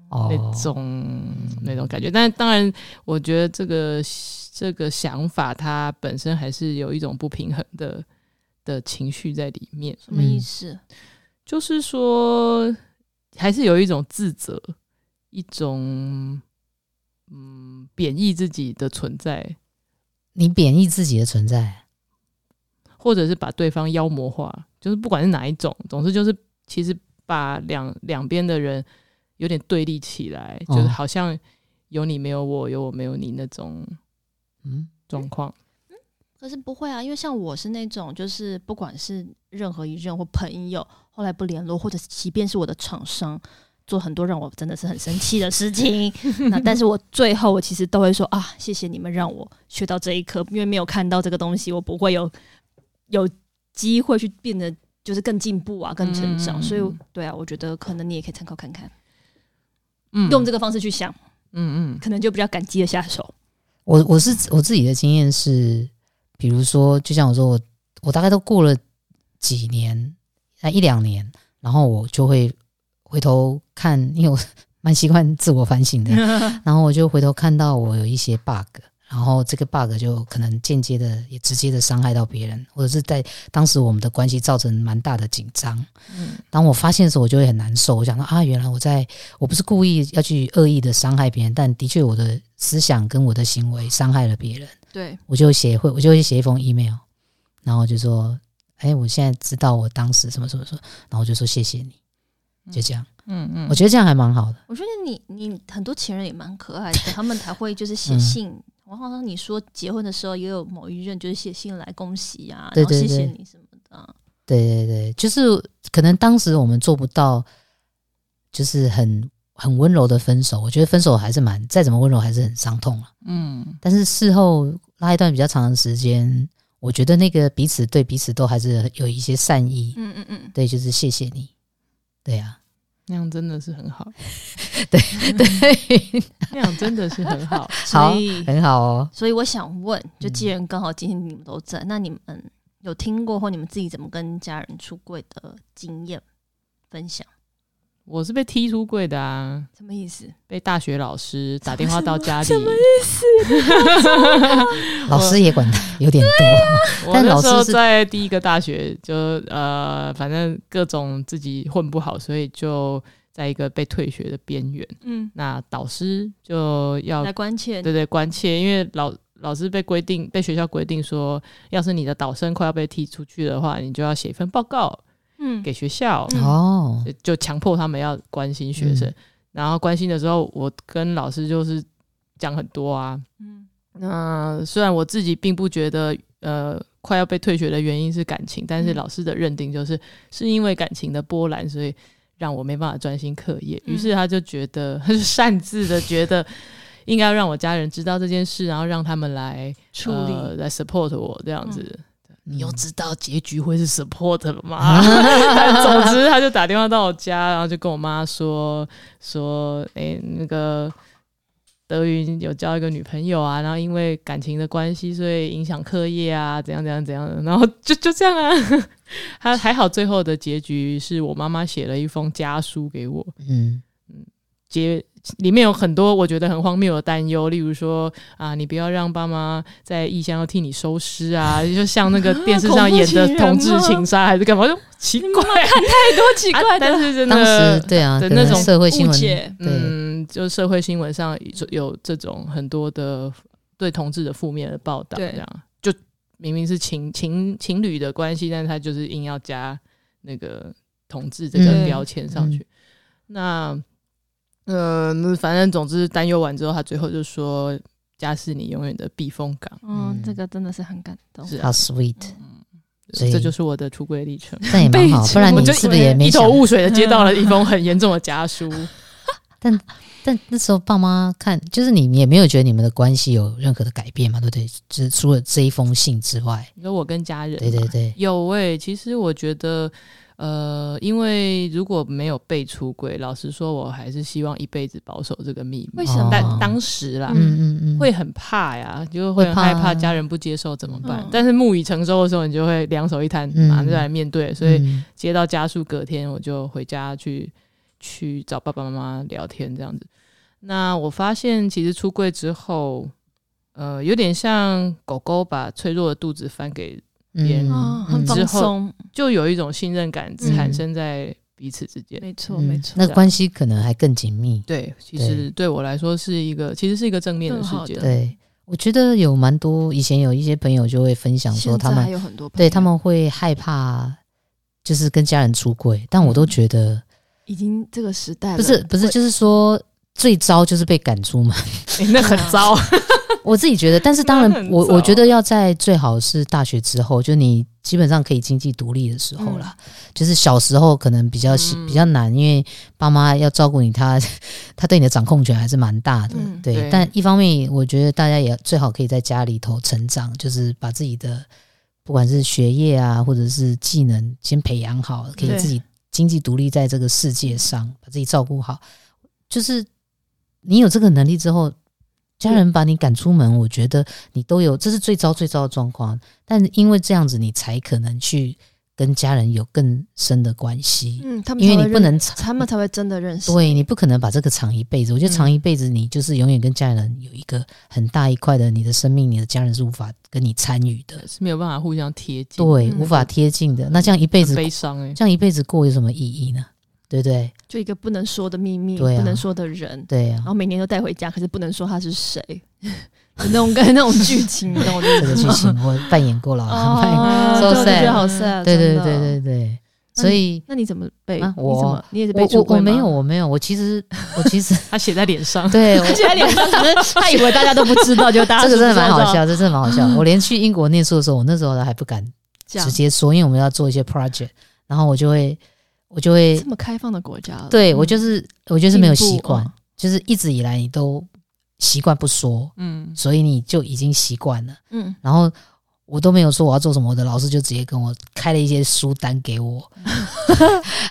[SPEAKER 1] 哦
[SPEAKER 3] 那，种那种感觉。但当然，我觉得这个这个想法它本身还是有一种不平衡的的情绪在里面，
[SPEAKER 4] 什
[SPEAKER 1] 嗯
[SPEAKER 4] 么意思？
[SPEAKER 3] 就是说还是有一种自责，一种嗯贬义自己的存在，
[SPEAKER 1] 你贬义自己的存在，
[SPEAKER 3] 或者是把对方妖魔化，就是不管是哪一种，总之就是其实把两两边的人有点对立起来，
[SPEAKER 1] 哦
[SPEAKER 3] 就是好像有你没有我，有我没有你那种。
[SPEAKER 1] 嗯，
[SPEAKER 3] 状况。
[SPEAKER 4] 可是不会啊，因为像我是那种，就是不管是任何一任或朋友，后来不联络，或者即便是我的厂商做很多让我真的是很生气的事 情，那但是我最后我其实都会说啊，谢谢你们让我学到这一课，因为没有看到这个东西，我不会有有机会去变得就是更进步啊，更成长。
[SPEAKER 3] 嗯
[SPEAKER 4] 所以对啊，我觉得可能你也可以参考看看，
[SPEAKER 3] 嗯
[SPEAKER 4] 用这个方式去想，
[SPEAKER 3] 嗯嗯
[SPEAKER 4] 可能就比较感激的下手。
[SPEAKER 1] 我我是我自己的经验是，比如说，就像我说，我我大概都过了几年，啊一两年，然后我就会回头看，因为我 蛮习惯自我反省的，然后我就回头看到我有一些 bug，然后这个 bug 就可能间接的也直接的伤害到别人，或者是在当时我们的关系造成蛮大的紧张。
[SPEAKER 3] 嗯
[SPEAKER 1] 当我发现的时候，我就会很难受。我想到啊，原来我在我不是故意要去恶意的伤害别人，但的确我的思想跟我的行为伤害了别人，
[SPEAKER 4] 对，
[SPEAKER 1] 我就写会，我就会写一封 email，然后我就说，哎，我现在知道我当时什么什么什么，然后我就说谢谢你，就这样。
[SPEAKER 3] 嗯嗯
[SPEAKER 1] 我觉得这样还蛮好的。
[SPEAKER 4] 我觉得你你很多前任也蛮可爱的，他们才会就是写
[SPEAKER 1] 嗯
[SPEAKER 4] 信。然后你说结婚的时候也有某一任就是写信来恭喜呀、
[SPEAKER 1] 对对
[SPEAKER 4] 然后谢谢
[SPEAKER 1] 对
[SPEAKER 4] 你什么的啊、
[SPEAKER 1] 对对对，就是可能当时我们做不到，就是很很温柔的分手。我觉得分手还是蛮再怎么温柔还是很伤痛了、啊
[SPEAKER 3] 嗯
[SPEAKER 1] 但是事后拉一段比较长的时间，我觉得那个彼此对彼此都还是有一些善意。
[SPEAKER 4] 嗯嗯嗯，
[SPEAKER 1] 对，就是谢谢你。对啊呀、
[SPEAKER 3] 那样真的是 很好，
[SPEAKER 1] 啊，对，
[SPEAKER 3] 那样真的是很好。
[SPEAKER 1] 好
[SPEAKER 4] 所
[SPEAKER 3] 嗯
[SPEAKER 4] 以
[SPEAKER 1] 很好哦。
[SPEAKER 4] 所以我想问，就既然刚好今天你们都在，那你们有听过或你们自己怎么跟家人出柜的经验分享？
[SPEAKER 3] 我是被踢出柜的啊，
[SPEAKER 4] 什么意思？
[SPEAKER 3] 被大学老师打电话 到家里，
[SPEAKER 1] 老师也管他有点多，
[SPEAKER 3] 我
[SPEAKER 1] 但
[SPEAKER 3] 那
[SPEAKER 1] 老
[SPEAKER 3] 时
[SPEAKER 1] 师
[SPEAKER 3] 候
[SPEAKER 1] 是
[SPEAKER 3] 在第一个大学就呃，反正各种自己混不好，所以就在一个被退学的边缘。
[SPEAKER 4] 嗯，
[SPEAKER 3] 那导师就要
[SPEAKER 4] 来关切
[SPEAKER 3] 对对关切，因为老老师被规定被学校规定说，要是你的导生快要被踢出去的话，你就要写一份报告
[SPEAKER 4] 嗯
[SPEAKER 3] 给学校，
[SPEAKER 4] 嗯
[SPEAKER 1] 哦，
[SPEAKER 3] 就就强迫他们要关心学生。
[SPEAKER 1] 嗯
[SPEAKER 3] 然后关心的时候，我跟老师就是讲很多啊，
[SPEAKER 4] 嗯
[SPEAKER 3] 那虽然我自己并不觉得，呃，快要被退学的原因是感情，但是
[SPEAKER 4] 嗯
[SPEAKER 3] 老师的认定就是是因为感情的波澜，所以让我没办法专心课业。
[SPEAKER 4] 嗯
[SPEAKER 3] 于是他就觉得， 他就擅自的觉得应该要让我家人知道这件事，然后让他们来
[SPEAKER 4] 处
[SPEAKER 3] 呃、
[SPEAKER 4] 理嗯
[SPEAKER 3] 来 support 我这样子。
[SPEAKER 1] 你
[SPEAKER 3] 你
[SPEAKER 1] 有
[SPEAKER 3] 又知道结局会是 support 了吗？但总之，他就打电话到我家，然后就跟我妈说说，哎、那个德云有交一个女朋友啊，然后因为感情的关系，所以影响课业啊，怎样怎样怎样的，然后就就这样啊。 还还好，最后的结局是我妈妈写了一封家书给我，
[SPEAKER 1] 嗯
[SPEAKER 3] 结里面有很多我觉得很荒谬的担忧，例如说啊，你不要让爸妈在异乡要替你收尸啊，就像那个电视上演的同志情杀还是干嘛，我就奇怪，
[SPEAKER 4] 太多奇
[SPEAKER 3] 啊
[SPEAKER 4] 怪的
[SPEAKER 3] 但是真
[SPEAKER 1] 当时
[SPEAKER 3] 的，
[SPEAKER 1] 对啊，
[SPEAKER 3] 的
[SPEAKER 1] 可能
[SPEAKER 3] 那种
[SPEAKER 1] 社会新
[SPEAKER 4] 误
[SPEAKER 1] 闻
[SPEAKER 4] 解，
[SPEAKER 1] 对，
[SPEAKER 3] 嗯，就社会新闻上有这种很多的对同志的负面的报道，
[SPEAKER 4] 对
[SPEAKER 3] 这样就明明是情情情侣的关系，但是他就是硬要加那个同志这
[SPEAKER 1] 嗯
[SPEAKER 3] 个标签上去。那呃，那反正总之担忧完之后，他最后就说家是你永远的避风港。
[SPEAKER 4] 嗯
[SPEAKER 1] 嗯，
[SPEAKER 4] 这个真的是很感动。
[SPEAKER 3] 是
[SPEAKER 1] 好
[SPEAKER 3] 啊，
[SPEAKER 1] sweet，所以
[SPEAKER 3] 这就是我的出柜历程。
[SPEAKER 1] 但也 蛮好，不然
[SPEAKER 3] 我
[SPEAKER 1] 你
[SPEAKER 3] 就是
[SPEAKER 1] 不是也没
[SPEAKER 3] 一
[SPEAKER 1] 想
[SPEAKER 3] 头？雾水的接到了一封很严重的家书。
[SPEAKER 1] 但那时候爸妈看，就是你们也没有觉得你们的关系有任何的改变嘛，对不对？只除了这一封信之外，
[SPEAKER 3] 你说我跟家人，
[SPEAKER 1] 对对对，
[SPEAKER 3] 有诶、其实我觉得，呃，因为如果没有被出轨，老实说，我还是希望一辈子保守这个秘密
[SPEAKER 4] 为。什么？
[SPEAKER 3] 但当时啦，
[SPEAKER 1] 哦嗯嗯嗯，
[SPEAKER 3] 啊会很怕呀，就会很
[SPEAKER 1] 会怕啊
[SPEAKER 3] 害怕家人不接受怎么办。
[SPEAKER 4] 嗯
[SPEAKER 3] 但是木已成舟的时候，你就会两手一摊，
[SPEAKER 1] 嗯
[SPEAKER 3] 马上就来面对。所以
[SPEAKER 1] 嗯
[SPEAKER 3] 接到家属，隔天我就回家去去找爸爸妈妈聊天，这样子。那我发现，其实出柜之后，呃，有点像狗狗把脆弱的肚子翻给
[SPEAKER 1] 嗯
[SPEAKER 3] 别人
[SPEAKER 4] 啊，很
[SPEAKER 3] 棒
[SPEAKER 4] 放松，
[SPEAKER 3] 就有一种信任感产生在彼此之间。
[SPEAKER 4] 没错没错，
[SPEAKER 1] 嗯那关系可能还更紧密。
[SPEAKER 3] 对，其实对我来说是一个，其实是一个正面的事
[SPEAKER 4] 更
[SPEAKER 3] 件。
[SPEAKER 4] 好的
[SPEAKER 1] 对，我觉得有蛮多，以前有一些朋友就会分享说，
[SPEAKER 4] 现
[SPEAKER 1] 他
[SPEAKER 4] 在还
[SPEAKER 1] 们
[SPEAKER 4] 有很多朋友
[SPEAKER 1] 对他们会害怕，就是跟家人出轨，但我都
[SPEAKER 3] 嗯
[SPEAKER 1] 觉得
[SPEAKER 4] 已经这个时代了
[SPEAKER 1] 不是不是，
[SPEAKER 4] 会
[SPEAKER 1] 就是说最糟就是被赶出 门，
[SPEAKER 3] 诶那很糟，
[SPEAKER 1] 我自己觉得。但是当
[SPEAKER 3] 那
[SPEAKER 1] 然
[SPEAKER 3] 很，
[SPEAKER 1] 我
[SPEAKER 3] 糟
[SPEAKER 1] 我觉得要在最好是大学之后，就你基本上可以经济独立的时候啦。就是小时候可能比较喜
[SPEAKER 3] 嗯
[SPEAKER 1] 比较难，因为爸妈要照顾你，他他对你的掌控权还是蛮大的。
[SPEAKER 4] 嗯
[SPEAKER 1] 对，
[SPEAKER 3] 对
[SPEAKER 1] 但一方面，我觉得大家也最好可以在家里头成长，就是把自己的不管是学业啊，或者是技能先培养好，可以
[SPEAKER 4] 对
[SPEAKER 1] 自己经济独立在这个世界上，把自己照顾好。就是你有这个能力之后，家人把你赶出门，我觉得你都有，这是最糟最糟的状况。但因为这样子，你才可能去跟家人有更深的关系，
[SPEAKER 4] 嗯，他们
[SPEAKER 1] 因为
[SPEAKER 4] 才会
[SPEAKER 1] 你不
[SPEAKER 4] 认
[SPEAKER 1] 能
[SPEAKER 4] 他们才会真的认识。
[SPEAKER 1] 对你不可能把这个藏一辈子，我
[SPEAKER 4] 嗯
[SPEAKER 1] 觉得藏一辈子，你就是永远跟家人有一个很大一块的你的生命，你的家人是无法跟你参与的，
[SPEAKER 3] 是没有办法互相贴近，
[SPEAKER 1] 对，
[SPEAKER 4] 嗯
[SPEAKER 1] 无法贴近的。那这样一辈
[SPEAKER 3] 很
[SPEAKER 1] 子，
[SPEAKER 3] 悲伤哎、
[SPEAKER 1] 这样一辈子过有什么意义呢？对不对？
[SPEAKER 4] 就一个不能说的秘密，
[SPEAKER 1] 对啊
[SPEAKER 4] 不能说的人，
[SPEAKER 1] 对啊呀、
[SPEAKER 4] 然后每年都带回家，可是不能说他是谁， 有那种跟那 种剧情，你懂我的意
[SPEAKER 1] 这个
[SPEAKER 4] 思
[SPEAKER 1] 剧
[SPEAKER 4] 吗？
[SPEAKER 1] 情我扮演过了， 扮演过
[SPEAKER 4] 哦，
[SPEAKER 1] So
[SPEAKER 4] 对我就觉
[SPEAKER 1] sad
[SPEAKER 4] 得好 sad，
[SPEAKER 1] 对对
[SPEAKER 4] 真的
[SPEAKER 1] 对对。对，所以。
[SPEAKER 4] 那你怎么被？
[SPEAKER 1] 啊
[SPEAKER 4] 你
[SPEAKER 1] 我
[SPEAKER 4] 怎么？你也是
[SPEAKER 1] 我
[SPEAKER 4] 被
[SPEAKER 1] 我
[SPEAKER 4] 出轨
[SPEAKER 1] 我没
[SPEAKER 4] 吗
[SPEAKER 1] 有，我没有，我其实我其 实
[SPEAKER 3] 他啊写在脸上。
[SPEAKER 1] 对我
[SPEAKER 4] 而且他脸上只是他以为大家都不知道，就大家
[SPEAKER 1] 这个真的蛮好
[SPEAKER 4] 知道
[SPEAKER 1] 笑，这真的蛮好笑。我连去英国念书的时候，我那时候还不敢
[SPEAKER 4] 这样
[SPEAKER 1] 直接说，因为我们要做一些 project，然后我就会我就会
[SPEAKER 4] 这么开放的国家了，
[SPEAKER 1] 对
[SPEAKER 4] 嗯
[SPEAKER 1] 我就是我就是没有习惯
[SPEAKER 4] 进步，哦
[SPEAKER 1] 就是一直以来你都习惯不说，
[SPEAKER 3] 嗯，
[SPEAKER 1] 所以你就已经习惯了。
[SPEAKER 4] 嗯，
[SPEAKER 1] 然后我都没有说我要做什么，我的老师就直接跟我开了一些书单给我，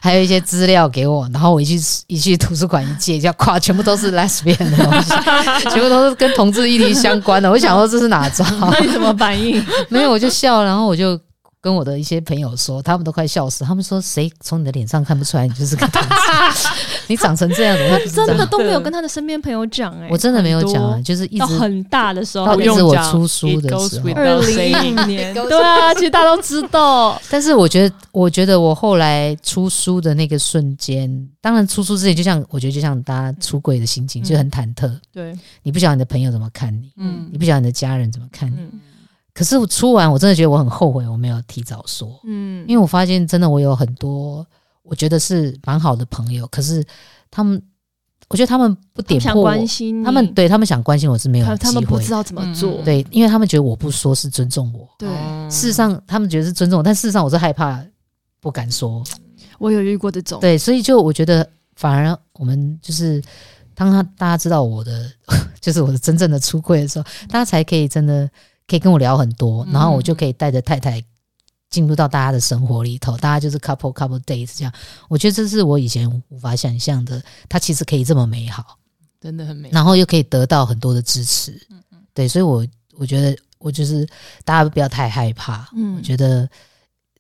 [SPEAKER 1] 还有一些资料给我。然后我一去一去图书馆一借，一下夸全部都是 lesbian 的东西， 全部都是跟同志议题相关的。我想说这是哪招？
[SPEAKER 4] 那你怎么反 应？
[SPEAKER 1] 没有，我就笑，然后我就。跟我的一些朋友说，他们都快笑死。他们说：“谁从你的脸上看不出来你就是个同志？” 你长成这样，怎么会不知道
[SPEAKER 4] 真的都没 有跟他的身边朋友讲哎、
[SPEAKER 1] 我真的没有讲
[SPEAKER 4] 很
[SPEAKER 1] 啊，
[SPEAKER 4] 多
[SPEAKER 1] 就是一
[SPEAKER 4] 到
[SPEAKER 1] 直
[SPEAKER 4] 很大的时候
[SPEAKER 1] 到
[SPEAKER 3] 不
[SPEAKER 1] 一，直
[SPEAKER 3] 用
[SPEAKER 1] 我
[SPEAKER 3] 讲
[SPEAKER 1] 出书
[SPEAKER 3] It
[SPEAKER 1] 的
[SPEAKER 3] goes
[SPEAKER 1] 时候
[SPEAKER 3] without
[SPEAKER 4] 二零一
[SPEAKER 3] saying
[SPEAKER 4] 五年，对啊，其实大家都知 道，
[SPEAKER 1] 但是我觉得，我觉得我后来出书的那个瞬间，当然出书之前，就像我觉得，就像大家出柜的心情，
[SPEAKER 3] 嗯
[SPEAKER 1] 就很忐忑。
[SPEAKER 4] 对，
[SPEAKER 1] 你不晓得你的朋友怎么看你，
[SPEAKER 3] 嗯
[SPEAKER 1] 你不晓得你的家人怎么看你。
[SPEAKER 4] 嗯
[SPEAKER 1] 可是我出完，我真的觉得我很后悔，我没有提早说，
[SPEAKER 4] 嗯，
[SPEAKER 1] 因为我发现真的我有很多，我觉得是蛮好的朋友，可是他们，我觉得他们不点
[SPEAKER 4] 想
[SPEAKER 1] 破我
[SPEAKER 4] 关，心你
[SPEAKER 1] 他们对他们想关心我是没有
[SPEAKER 4] 他他们
[SPEAKER 1] 机
[SPEAKER 4] 不
[SPEAKER 1] 会
[SPEAKER 4] 知。道怎么做，
[SPEAKER 3] 嗯
[SPEAKER 1] 对，因为他们觉得我不说是尊重我，
[SPEAKER 4] 对
[SPEAKER 3] 啊哦
[SPEAKER 1] 事实上他们觉得是尊重我，但事实上我是害怕不敢说。
[SPEAKER 4] 我有遇过这种，
[SPEAKER 1] 对，所以就我觉得，反而我们就是当他大家知道我的 就是我的真正的出柜的时候，大家才可以真的可以跟我聊很多，然后我就可以带着太太进入到大家的生活里头，大家就是 couple couple days 这样。我觉得这是我以前无法想象的，它其实可以这么美好，
[SPEAKER 3] 真的很美。
[SPEAKER 1] 然后又可以得到很多的支持。对，所以我我觉得我就是大家不要太害怕，
[SPEAKER 4] 嗯
[SPEAKER 1] 我，觉得。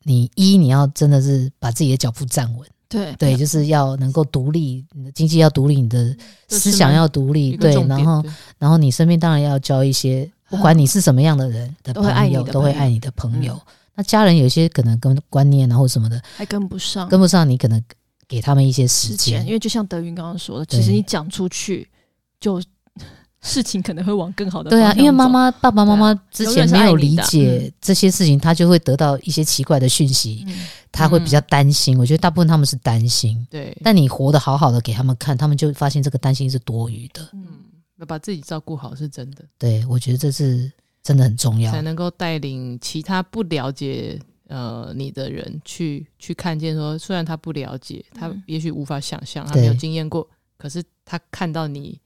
[SPEAKER 1] 你一你要真的是把自己的脚步站稳，
[SPEAKER 4] 对
[SPEAKER 1] 对，就是要能够独立，你的经济要独立，你的
[SPEAKER 3] 这
[SPEAKER 1] 思
[SPEAKER 3] 是
[SPEAKER 1] 想
[SPEAKER 3] 蛮
[SPEAKER 1] 要独立，
[SPEAKER 3] 一个
[SPEAKER 1] 对，
[SPEAKER 3] 重
[SPEAKER 1] 然
[SPEAKER 3] 点
[SPEAKER 1] 后
[SPEAKER 3] 对
[SPEAKER 1] 然后你身边当然要交一些， 不管你是什么样的人的
[SPEAKER 4] 都会爱
[SPEAKER 1] 朋
[SPEAKER 4] 你
[SPEAKER 1] 友，
[SPEAKER 4] 的
[SPEAKER 1] 都会
[SPEAKER 4] 朋友嗯
[SPEAKER 1] 爱你的朋友。那家人有些可能跟观念啊或什么的
[SPEAKER 4] 还跟不上，
[SPEAKER 1] 跟不上，你可能给他们一些时
[SPEAKER 4] 之前，因
[SPEAKER 1] 间。
[SPEAKER 4] 为就像德云刚刚说的，
[SPEAKER 1] 对
[SPEAKER 4] 其实你讲出去，就 事情可能会往更好的
[SPEAKER 1] 对啊
[SPEAKER 4] 方，向
[SPEAKER 1] 因为妈
[SPEAKER 4] 走
[SPEAKER 1] 妈、爸爸妈妈之
[SPEAKER 4] 啊永
[SPEAKER 1] 前
[SPEAKER 4] 远是
[SPEAKER 1] 没
[SPEAKER 4] 爱
[SPEAKER 1] 有
[SPEAKER 4] 你
[SPEAKER 1] 理
[SPEAKER 4] 的
[SPEAKER 1] 解这些事情，他就会得到一些奇怪的讯息，
[SPEAKER 4] 嗯
[SPEAKER 1] 他会比较担心。我觉得大部分他们是担心，
[SPEAKER 3] 对，
[SPEAKER 1] 但你活得好好的给他们看，他们就发现这个担心是多余的。
[SPEAKER 4] 嗯
[SPEAKER 3] 嗯，要把自己照顾好是真的，
[SPEAKER 1] 对，我觉得这是真的很重要
[SPEAKER 3] 才。能够带领其他不了解呃你的人去去看见说，虽然他不了解，他
[SPEAKER 4] 嗯
[SPEAKER 3] 也许无法想象，他
[SPEAKER 1] 对
[SPEAKER 3] 没有经验过，可是他看到你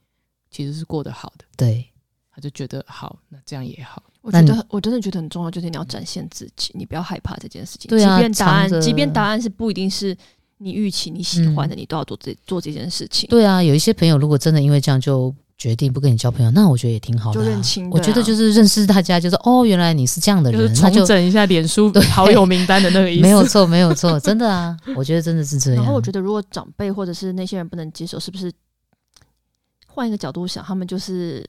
[SPEAKER 3] 其实是过得好的，
[SPEAKER 1] 对，
[SPEAKER 3] 他就觉得好，那这样也好。
[SPEAKER 4] 我
[SPEAKER 1] 那
[SPEAKER 4] 觉
[SPEAKER 1] 你
[SPEAKER 4] 得我真的觉得很重要，就是你要展现自己，你不要害怕这件事情。
[SPEAKER 1] 对啊
[SPEAKER 4] 即便答
[SPEAKER 1] 藏着嗯
[SPEAKER 4] 案，即便答案是不一定是你预期你喜欢的，你都要做这做这件事情。
[SPEAKER 1] 对啊，有一些朋友如果真的因为这样就决定不跟你交朋友，那我觉得也挺好的、啊。
[SPEAKER 4] 就认清
[SPEAKER 1] 我觉
[SPEAKER 4] 对
[SPEAKER 1] 得
[SPEAKER 4] 啊
[SPEAKER 1] 就是认识大家，就是哦，原来你是这样的
[SPEAKER 3] 就是
[SPEAKER 1] 人，那
[SPEAKER 3] 重
[SPEAKER 1] 就
[SPEAKER 3] 整一下脸书
[SPEAKER 1] 对
[SPEAKER 3] 好友名单的那个意 思。
[SPEAKER 1] 没有错，没有错，真的啊，我觉得真的是这样。
[SPEAKER 4] 然后我觉得，如果长辈或者是那些人不能接受，是不是换一个角度想，他们就是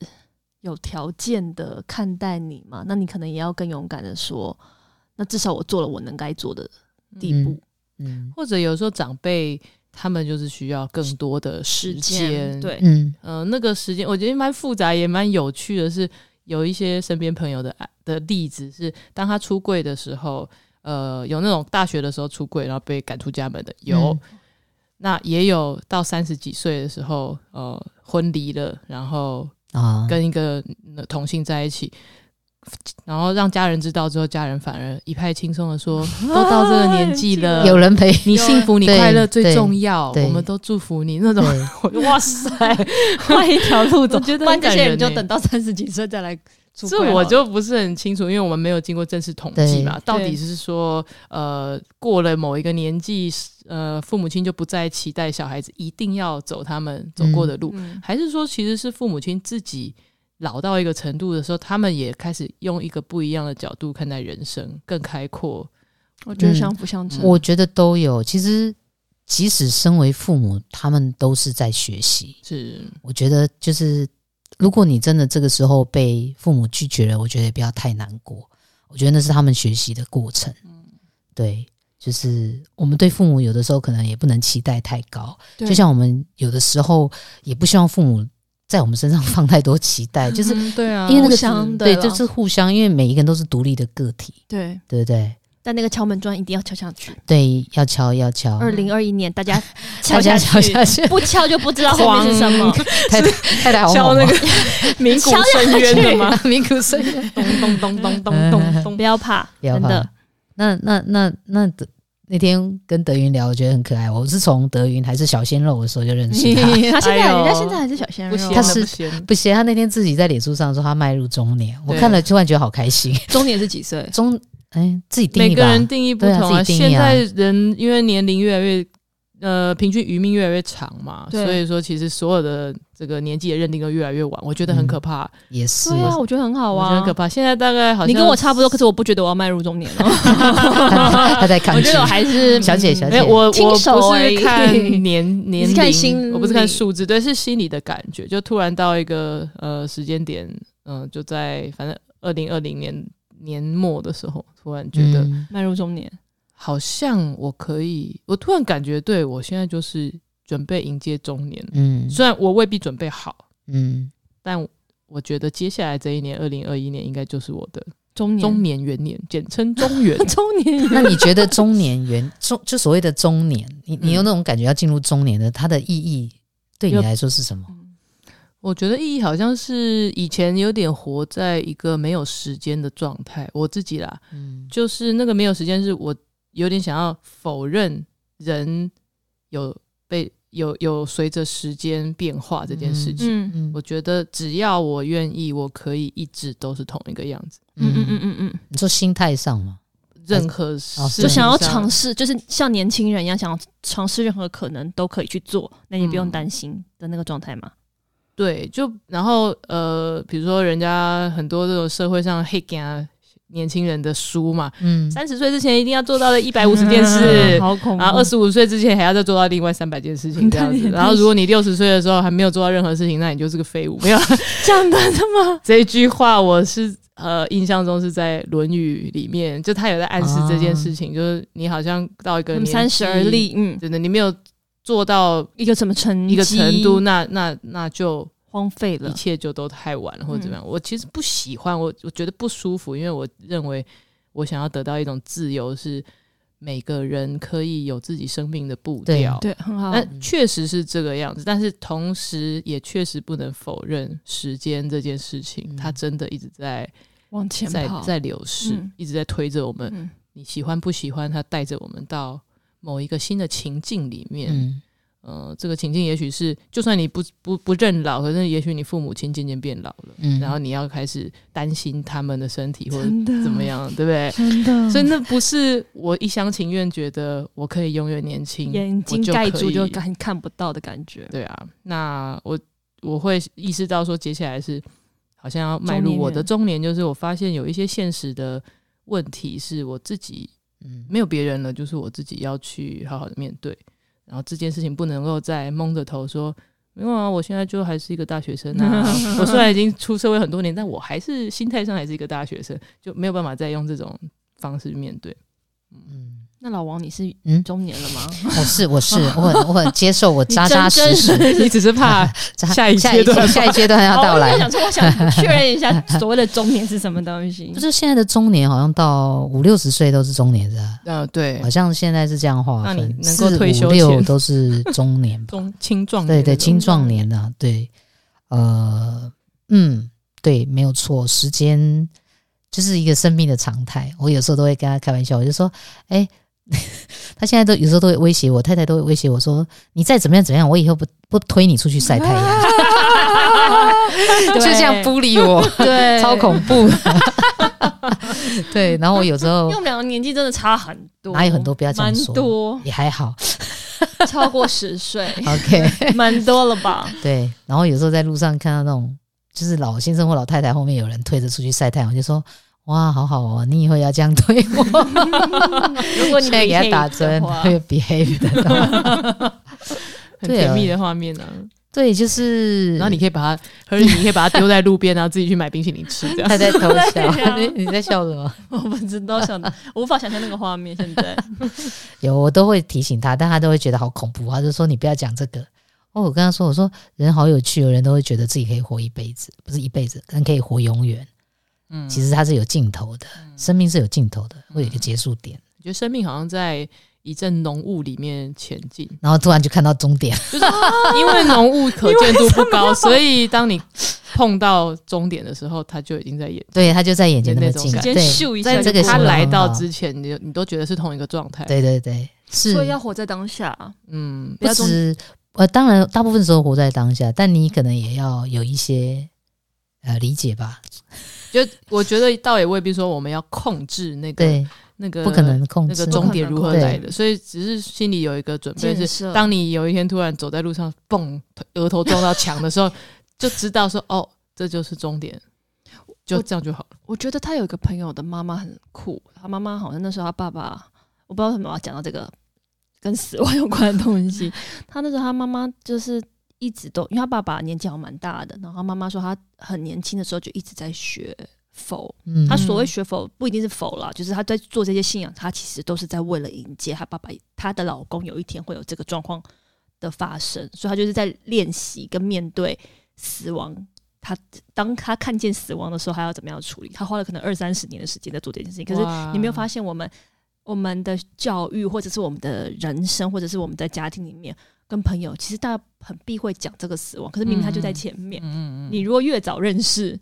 [SPEAKER 4] 有条件的看待你嘛？那你可能也要更勇敢的说，那至少我做了我能该做的地步。
[SPEAKER 1] 嗯
[SPEAKER 3] 或者有时候长辈他们就是需要更多的时间，
[SPEAKER 4] 对，
[SPEAKER 1] 嗯
[SPEAKER 3] 呃，那个时间我觉得蛮复杂也蛮有趣的是，有一些身边朋友的案的例子是，当他出柜的时候，呃，有那种大学的时候出柜然后被赶出家门的有，
[SPEAKER 1] 嗯
[SPEAKER 3] 那也有到三十几岁的时候，呃，婚离了，然后
[SPEAKER 1] 啊，
[SPEAKER 3] 跟一个呃同性在一起。然后让家人知道之后，家人反而一派轻松的说：“都到这个年纪 了，
[SPEAKER 4] 呃
[SPEAKER 1] 有人陪，
[SPEAKER 3] 你幸福，你
[SPEAKER 1] 对
[SPEAKER 3] 快乐
[SPEAKER 1] 对
[SPEAKER 3] 最重要，
[SPEAKER 1] 对
[SPEAKER 3] 我们都祝福你。那种，
[SPEAKER 1] 对
[SPEAKER 3] 我就哇塞，
[SPEAKER 4] 换一条路走，
[SPEAKER 3] 我觉得
[SPEAKER 4] 不然
[SPEAKER 3] 很
[SPEAKER 4] 这
[SPEAKER 3] 感
[SPEAKER 4] 些
[SPEAKER 3] 人
[SPEAKER 4] 人就
[SPEAKER 3] 欸
[SPEAKER 4] 等到三十几岁再来出柜好了。
[SPEAKER 3] 这我就不是很清楚，因为我们没有经过正式统计嘛
[SPEAKER 1] 对，
[SPEAKER 3] 到底是说呃过了某一个年纪，呃父母亲就不再期待小孩子一定要走他们走过的路，
[SPEAKER 4] 嗯
[SPEAKER 3] 还是说其实是父母亲自己老到一个程度的时候，他们也开始用一个不一样的角度看待人生，更开阔。
[SPEAKER 4] 我觉得
[SPEAKER 1] 嗯
[SPEAKER 4] 相辅相成。
[SPEAKER 1] 我觉得都有。其实即使身为父母，他们都是在学习。
[SPEAKER 3] 是，
[SPEAKER 1] 我觉得就是，如果你真的这个时候被父母拒绝了，我觉得也不要太难过。我觉得那是他们学习的过程。
[SPEAKER 4] 嗯
[SPEAKER 1] 对，就是我们对父母有的时候可能也不能期待太高，
[SPEAKER 4] 对
[SPEAKER 1] 就像我们有的时候也不希望父母在我们身上 放太多期待，就是
[SPEAKER 3] 嗯对啊，
[SPEAKER 1] 因为那个
[SPEAKER 4] 互相的
[SPEAKER 1] 对，
[SPEAKER 4] 啦
[SPEAKER 1] 就是互相，因为每一个人都是独立的个体，
[SPEAKER 4] 对，
[SPEAKER 1] 对不对？
[SPEAKER 4] 但那个敲门砖一定要敲下去。
[SPEAKER 1] 对，要敲要敲，
[SPEAKER 4] 二零二一年大家
[SPEAKER 1] 啊大
[SPEAKER 4] 敲
[SPEAKER 1] 家
[SPEAKER 4] 下
[SPEAKER 1] 敲
[SPEAKER 4] 去，
[SPEAKER 1] 下去，
[SPEAKER 4] 不敲就不知道后面是什么。
[SPEAKER 1] 太太太好
[SPEAKER 3] 敲
[SPEAKER 1] 猛
[SPEAKER 3] 那
[SPEAKER 1] 哦
[SPEAKER 3] 个 名古深渊 的吗？
[SPEAKER 1] 民国声音。
[SPEAKER 3] 咚咚咚咚
[SPEAKER 1] 嗯
[SPEAKER 3] 咚咚
[SPEAKER 4] 不。要怕，
[SPEAKER 1] 不要
[SPEAKER 4] 真
[SPEAKER 1] 怕
[SPEAKER 4] 的。
[SPEAKER 1] 那那那那德那天跟德云聊，我觉得很可爱。我是从德云还是小鲜肉的时候就认识 他。
[SPEAKER 4] 他现
[SPEAKER 3] 哎
[SPEAKER 4] 在
[SPEAKER 3] 呦
[SPEAKER 4] 人家现在还是小鲜
[SPEAKER 3] 不
[SPEAKER 4] 肉，
[SPEAKER 3] 鲜，
[SPEAKER 1] 他是
[SPEAKER 3] 不鲜，
[SPEAKER 1] 不行，他那天自己在脸书上说他迈入中年，我
[SPEAKER 3] 对
[SPEAKER 1] 看了突然觉得好开 心。
[SPEAKER 4] 中年是几岁？
[SPEAKER 1] 中哎，自己定
[SPEAKER 3] 每
[SPEAKER 1] 义
[SPEAKER 3] 个
[SPEAKER 1] 吧。
[SPEAKER 3] 人定义不
[SPEAKER 1] 对啊
[SPEAKER 3] 同啊。
[SPEAKER 1] 自己定
[SPEAKER 3] 现
[SPEAKER 1] 义啊
[SPEAKER 3] 在人因为年龄越来越，呃，平均余命越来越长嘛，
[SPEAKER 4] 对
[SPEAKER 3] 所以说其实所有的这个年纪的认定又越来越晚，我觉得很可怕。
[SPEAKER 1] 也是
[SPEAKER 4] 对啊，我觉得很好
[SPEAKER 3] 我觉得
[SPEAKER 4] 啊，
[SPEAKER 3] 很可怕。现在大概好像
[SPEAKER 4] 你跟我差不多，可是我不觉得我要迈入中年了。
[SPEAKER 1] 他他在抗
[SPEAKER 4] 我
[SPEAKER 1] 拒
[SPEAKER 4] 觉得。我还是
[SPEAKER 1] 小姐，小
[SPEAKER 3] 没
[SPEAKER 1] 姐，
[SPEAKER 3] 有，我我
[SPEAKER 4] 轻
[SPEAKER 3] 不
[SPEAKER 4] 手而已
[SPEAKER 3] 是看 年
[SPEAKER 4] 你
[SPEAKER 3] 年
[SPEAKER 4] 是看
[SPEAKER 3] 龄，
[SPEAKER 4] 心
[SPEAKER 3] 我不是看
[SPEAKER 4] 理
[SPEAKER 3] 数字，对，是心里的感觉。就突然到一个呃时间点，嗯、就在反正二零二零年年末的时候，突然觉得、
[SPEAKER 1] 嗯
[SPEAKER 4] 迈入中年，
[SPEAKER 3] 好像我可以，我突然感觉，对我现在就是准备迎接中年了，
[SPEAKER 1] 嗯
[SPEAKER 3] 虽然我未必准备好，
[SPEAKER 1] 嗯，
[SPEAKER 3] 但。我觉得接下来这一年，二零二一年应该就是我的
[SPEAKER 4] 中年，
[SPEAKER 3] 中年元年，简称 中元。
[SPEAKER 4] 中年
[SPEAKER 1] 那你觉得中年元中就所谓的中年，你你有
[SPEAKER 4] 嗯
[SPEAKER 1] 那种感觉要进入中年的，它的意义对你
[SPEAKER 3] 有
[SPEAKER 1] 来说是什么？
[SPEAKER 3] 我觉得意义好像是以前有点活在一个没有时间的状态，我自己啦，
[SPEAKER 1] 嗯
[SPEAKER 3] 就是那个没有时间，是我有点想要否认人有被有有随着时间变化这件事情。
[SPEAKER 4] 嗯
[SPEAKER 1] 嗯
[SPEAKER 3] 我觉得只要我愿意，我可以一直都是同一个样子，
[SPEAKER 4] 嗯嗯嗯嗯嗯，
[SPEAKER 1] 你说心态上嘛，
[SPEAKER 3] 任何事
[SPEAKER 1] 哦
[SPEAKER 3] 情
[SPEAKER 4] 就想要
[SPEAKER 3] 上
[SPEAKER 4] 尝试，就是像年轻人一样，想要尝试任何可能都可以去做，那你不用担心的那个状态嘛。
[SPEAKER 3] 对，就然后呃，比如说人家很多这种社会上黑啊年轻人的书嘛，
[SPEAKER 1] 嗯
[SPEAKER 3] 三十岁之前一定要做到的一百五十 件事，
[SPEAKER 4] 好恐怖，
[SPEAKER 3] 然后二十五岁之前还要再做到另外三百件事情这样
[SPEAKER 4] 对
[SPEAKER 3] 子。然后如果你六十岁的时候还没有做到任何事情，那你就是个废物。没 有
[SPEAKER 4] 讲的这么
[SPEAKER 3] 这一句话，我是呃印象中是在《论语》里面，就他有在暗示这件事情，就是你好像到一个年纪
[SPEAKER 4] 哦三十而，立，嗯，
[SPEAKER 3] 真的你没有做到
[SPEAKER 4] 一个什么成
[SPEAKER 3] 一个
[SPEAKER 4] 绩
[SPEAKER 3] 程度，那那那就
[SPEAKER 4] 荒废
[SPEAKER 3] 一
[SPEAKER 4] 了，嗯
[SPEAKER 3] 切就都太晚了，或者怎么样。我其实不喜欢，我我觉得不舒服，因为我认为我想要得到一种自由是。每个人可以有自己生命的步
[SPEAKER 1] 对
[SPEAKER 3] 调，
[SPEAKER 4] 对，嗯很好
[SPEAKER 3] 那，确实是这个样子，但是同时也确实不能否认时间这件事情，
[SPEAKER 1] 嗯
[SPEAKER 3] 它真的一直在
[SPEAKER 4] 往前
[SPEAKER 3] 在
[SPEAKER 4] 跑，
[SPEAKER 3] 在流逝，
[SPEAKER 4] 嗯
[SPEAKER 3] 一直在推着我们。
[SPEAKER 4] 嗯，
[SPEAKER 3] 你喜欢不喜欢，它带着我们到某一个新的情境里面。
[SPEAKER 1] 嗯
[SPEAKER 3] 呃，这个情境也许是，就算你不不不认老，可是也许你父母亲渐渐变老了，
[SPEAKER 1] 嗯
[SPEAKER 3] 然后你要开始担心他们的身体或者
[SPEAKER 4] 真的
[SPEAKER 3] 怎么？样，对不对？
[SPEAKER 4] 真的，
[SPEAKER 3] 所以那不是我一厢情愿觉得我可以永远年轻，
[SPEAKER 4] 眼睛
[SPEAKER 3] 我就
[SPEAKER 4] 盖
[SPEAKER 3] 可
[SPEAKER 4] 住就
[SPEAKER 3] 以
[SPEAKER 4] 看看不到的感觉，
[SPEAKER 3] 对啊，那我我会意识到说，接下来是好像要迈入我的中年，就是我发现有一些现实的问题是我自己
[SPEAKER 1] 嗯
[SPEAKER 3] 没有别人了，就是我自己要去好好的面对。然后这件事情不能够再蒙着头说。没有啊，我现在就还是一个大学生 啊。我虽然已经出社会很多年，但我还是心态上还是一个大学生，就没有办法再用这种方式面对。
[SPEAKER 1] 嗯，
[SPEAKER 4] 那老王，你是
[SPEAKER 1] 嗯
[SPEAKER 4] 中年了 吗？
[SPEAKER 1] 我是我是我很我很接受我
[SPEAKER 4] 你
[SPEAKER 1] 扎扎
[SPEAKER 4] 真
[SPEAKER 1] 实
[SPEAKER 4] 真
[SPEAKER 1] 实
[SPEAKER 3] 哦你只是怕
[SPEAKER 1] 扎
[SPEAKER 3] 下一
[SPEAKER 1] 下
[SPEAKER 3] 阶段吧哦
[SPEAKER 1] 下一阶段 要
[SPEAKER 4] 好，
[SPEAKER 1] 到
[SPEAKER 4] 哦我
[SPEAKER 1] 来
[SPEAKER 4] 就，想说，我想确认一下所谓的中年是什么东西
[SPEAKER 1] 不。是现在的中年好像到五六十岁都是中年是吧？
[SPEAKER 3] 嗯、对
[SPEAKER 1] 好，像现在是这样划
[SPEAKER 3] 那你
[SPEAKER 1] 分，
[SPEAKER 3] 能够退休
[SPEAKER 1] 四五六
[SPEAKER 3] 前
[SPEAKER 1] 都是中年吧？
[SPEAKER 3] 中青壮
[SPEAKER 1] 对
[SPEAKER 3] 年
[SPEAKER 1] 嗯对，
[SPEAKER 3] 的
[SPEAKER 1] 青壮年啊，对，呃，嗯，对，没有错，时间就是一个生命的常态。我有时候都会跟他开玩笑，我就说，哎、 他现在都有时候都会威胁我，太太都会威胁我说，你再怎么样怎么样，我以后不不推你出去晒太阳，啊就这样不理我，
[SPEAKER 4] 啊对，
[SPEAKER 1] 超恐怖。 对，然后我有时
[SPEAKER 4] 因
[SPEAKER 1] 候
[SPEAKER 4] 为我们两个年纪真的差很多，
[SPEAKER 1] 哪有很多不要这样
[SPEAKER 4] 蛮
[SPEAKER 1] 说，
[SPEAKER 4] 多
[SPEAKER 1] 也还好
[SPEAKER 4] 超过 十岁，
[SPEAKER 1] ，OK。
[SPEAKER 4] 蛮多了 吧？
[SPEAKER 1] 对，然后有时候在路上看到那种，就是老先生或老太太后面有人推着出去晒太阳，我就说哇，好好哦，你以后要这样推我，
[SPEAKER 4] 如果你
[SPEAKER 1] 现在给他打针，
[SPEAKER 4] 可以的话
[SPEAKER 1] 会 behave 得到。
[SPEAKER 3] 很
[SPEAKER 1] 对啊
[SPEAKER 3] 甜蜜的画面呢、啊。
[SPEAKER 1] 对，就是
[SPEAKER 3] 然后你可以把它，而且你可以把它丢在路边，然后自己去买冰淇淋吃，这 样
[SPEAKER 1] 他 在偷
[SPEAKER 4] 对
[SPEAKER 1] 笑，
[SPEAKER 4] 啊
[SPEAKER 1] 你你在笑什么？
[SPEAKER 4] 我不知道想，无法想象那个画面。现在
[SPEAKER 1] 有，我都会提醒他，但他都会觉得好恐怖，他就说你不要讲这个。哦，我跟他说，我说人好有趣哦，人都会觉得自己可以活一辈子，不是一辈子，但可以活永远。
[SPEAKER 3] 嗯，
[SPEAKER 1] 其实它是有尽头的，
[SPEAKER 4] 嗯
[SPEAKER 1] 生命是有尽头的，会有一个结束点，
[SPEAKER 3] 我觉得生命好像在一阵浓雾里面前进，
[SPEAKER 1] 然后突然就看到终点。
[SPEAKER 3] 因为浓雾可见度 不高，所以当你碰到终点的时候，它就已经在眼。
[SPEAKER 1] 对，他就在眼前那么近，啊
[SPEAKER 4] 觉
[SPEAKER 3] 就那种感
[SPEAKER 1] 对，
[SPEAKER 4] 咻一下
[SPEAKER 1] 在这个
[SPEAKER 4] 就
[SPEAKER 1] 形
[SPEAKER 3] 它
[SPEAKER 1] 容
[SPEAKER 3] 来到
[SPEAKER 1] 很好
[SPEAKER 3] 之前，你就你都觉得是同一个状态。，
[SPEAKER 1] 对对对，是
[SPEAKER 4] 所以要活在当下，啊
[SPEAKER 3] 嗯，
[SPEAKER 4] 不
[SPEAKER 1] 不
[SPEAKER 4] 要中
[SPEAKER 1] 止呃，当然大部分时候活在当下，但你可能也要有一些呃理解吧，
[SPEAKER 3] 就我觉得倒也未必说我们要控制那个
[SPEAKER 1] 对，
[SPEAKER 3] 那个
[SPEAKER 1] 不可能控
[SPEAKER 3] 那
[SPEAKER 1] 制
[SPEAKER 3] 个。终点如何
[SPEAKER 1] 对
[SPEAKER 3] 来的，所以只是心里有一个准备
[SPEAKER 4] 建
[SPEAKER 3] 是，
[SPEAKER 4] 设
[SPEAKER 3] 当你有一天突然走在路上，蹦，额头撞到墙的时候，就知道说哦，这就是终点，就这样就好了。
[SPEAKER 4] 我觉得他有一个朋友的妈妈很酷，他妈妈好像那时候他爸爸，我不知道为什么要讲到这个跟死亡有关的东西。他那时候他妈妈就是一直都，因为他爸爸年纪好像蛮大的，然后他妈妈说他很年轻的时候就一直在学佛。
[SPEAKER 1] 嗯
[SPEAKER 4] 他所谓学佛不一定是佛啦，就是他在做这些信仰，他其实都是在为了迎接他爸爸，他的老公有一天会有这个状况的发生，所以他就是在练习跟面对死亡。他当他看见死亡的时候，他要怎么样处理？他花了可能二三十年的时间在做这件事情，可是
[SPEAKER 3] 哇嗯
[SPEAKER 4] 你没有发现我们我们的教育，或者是我们的人生，或者是我们在家庭里面跟朋友，其实大家很避讳讲这个死亡，可是明明他就在前面。
[SPEAKER 3] 嗯嗯嗯，
[SPEAKER 4] 你如果越早认识，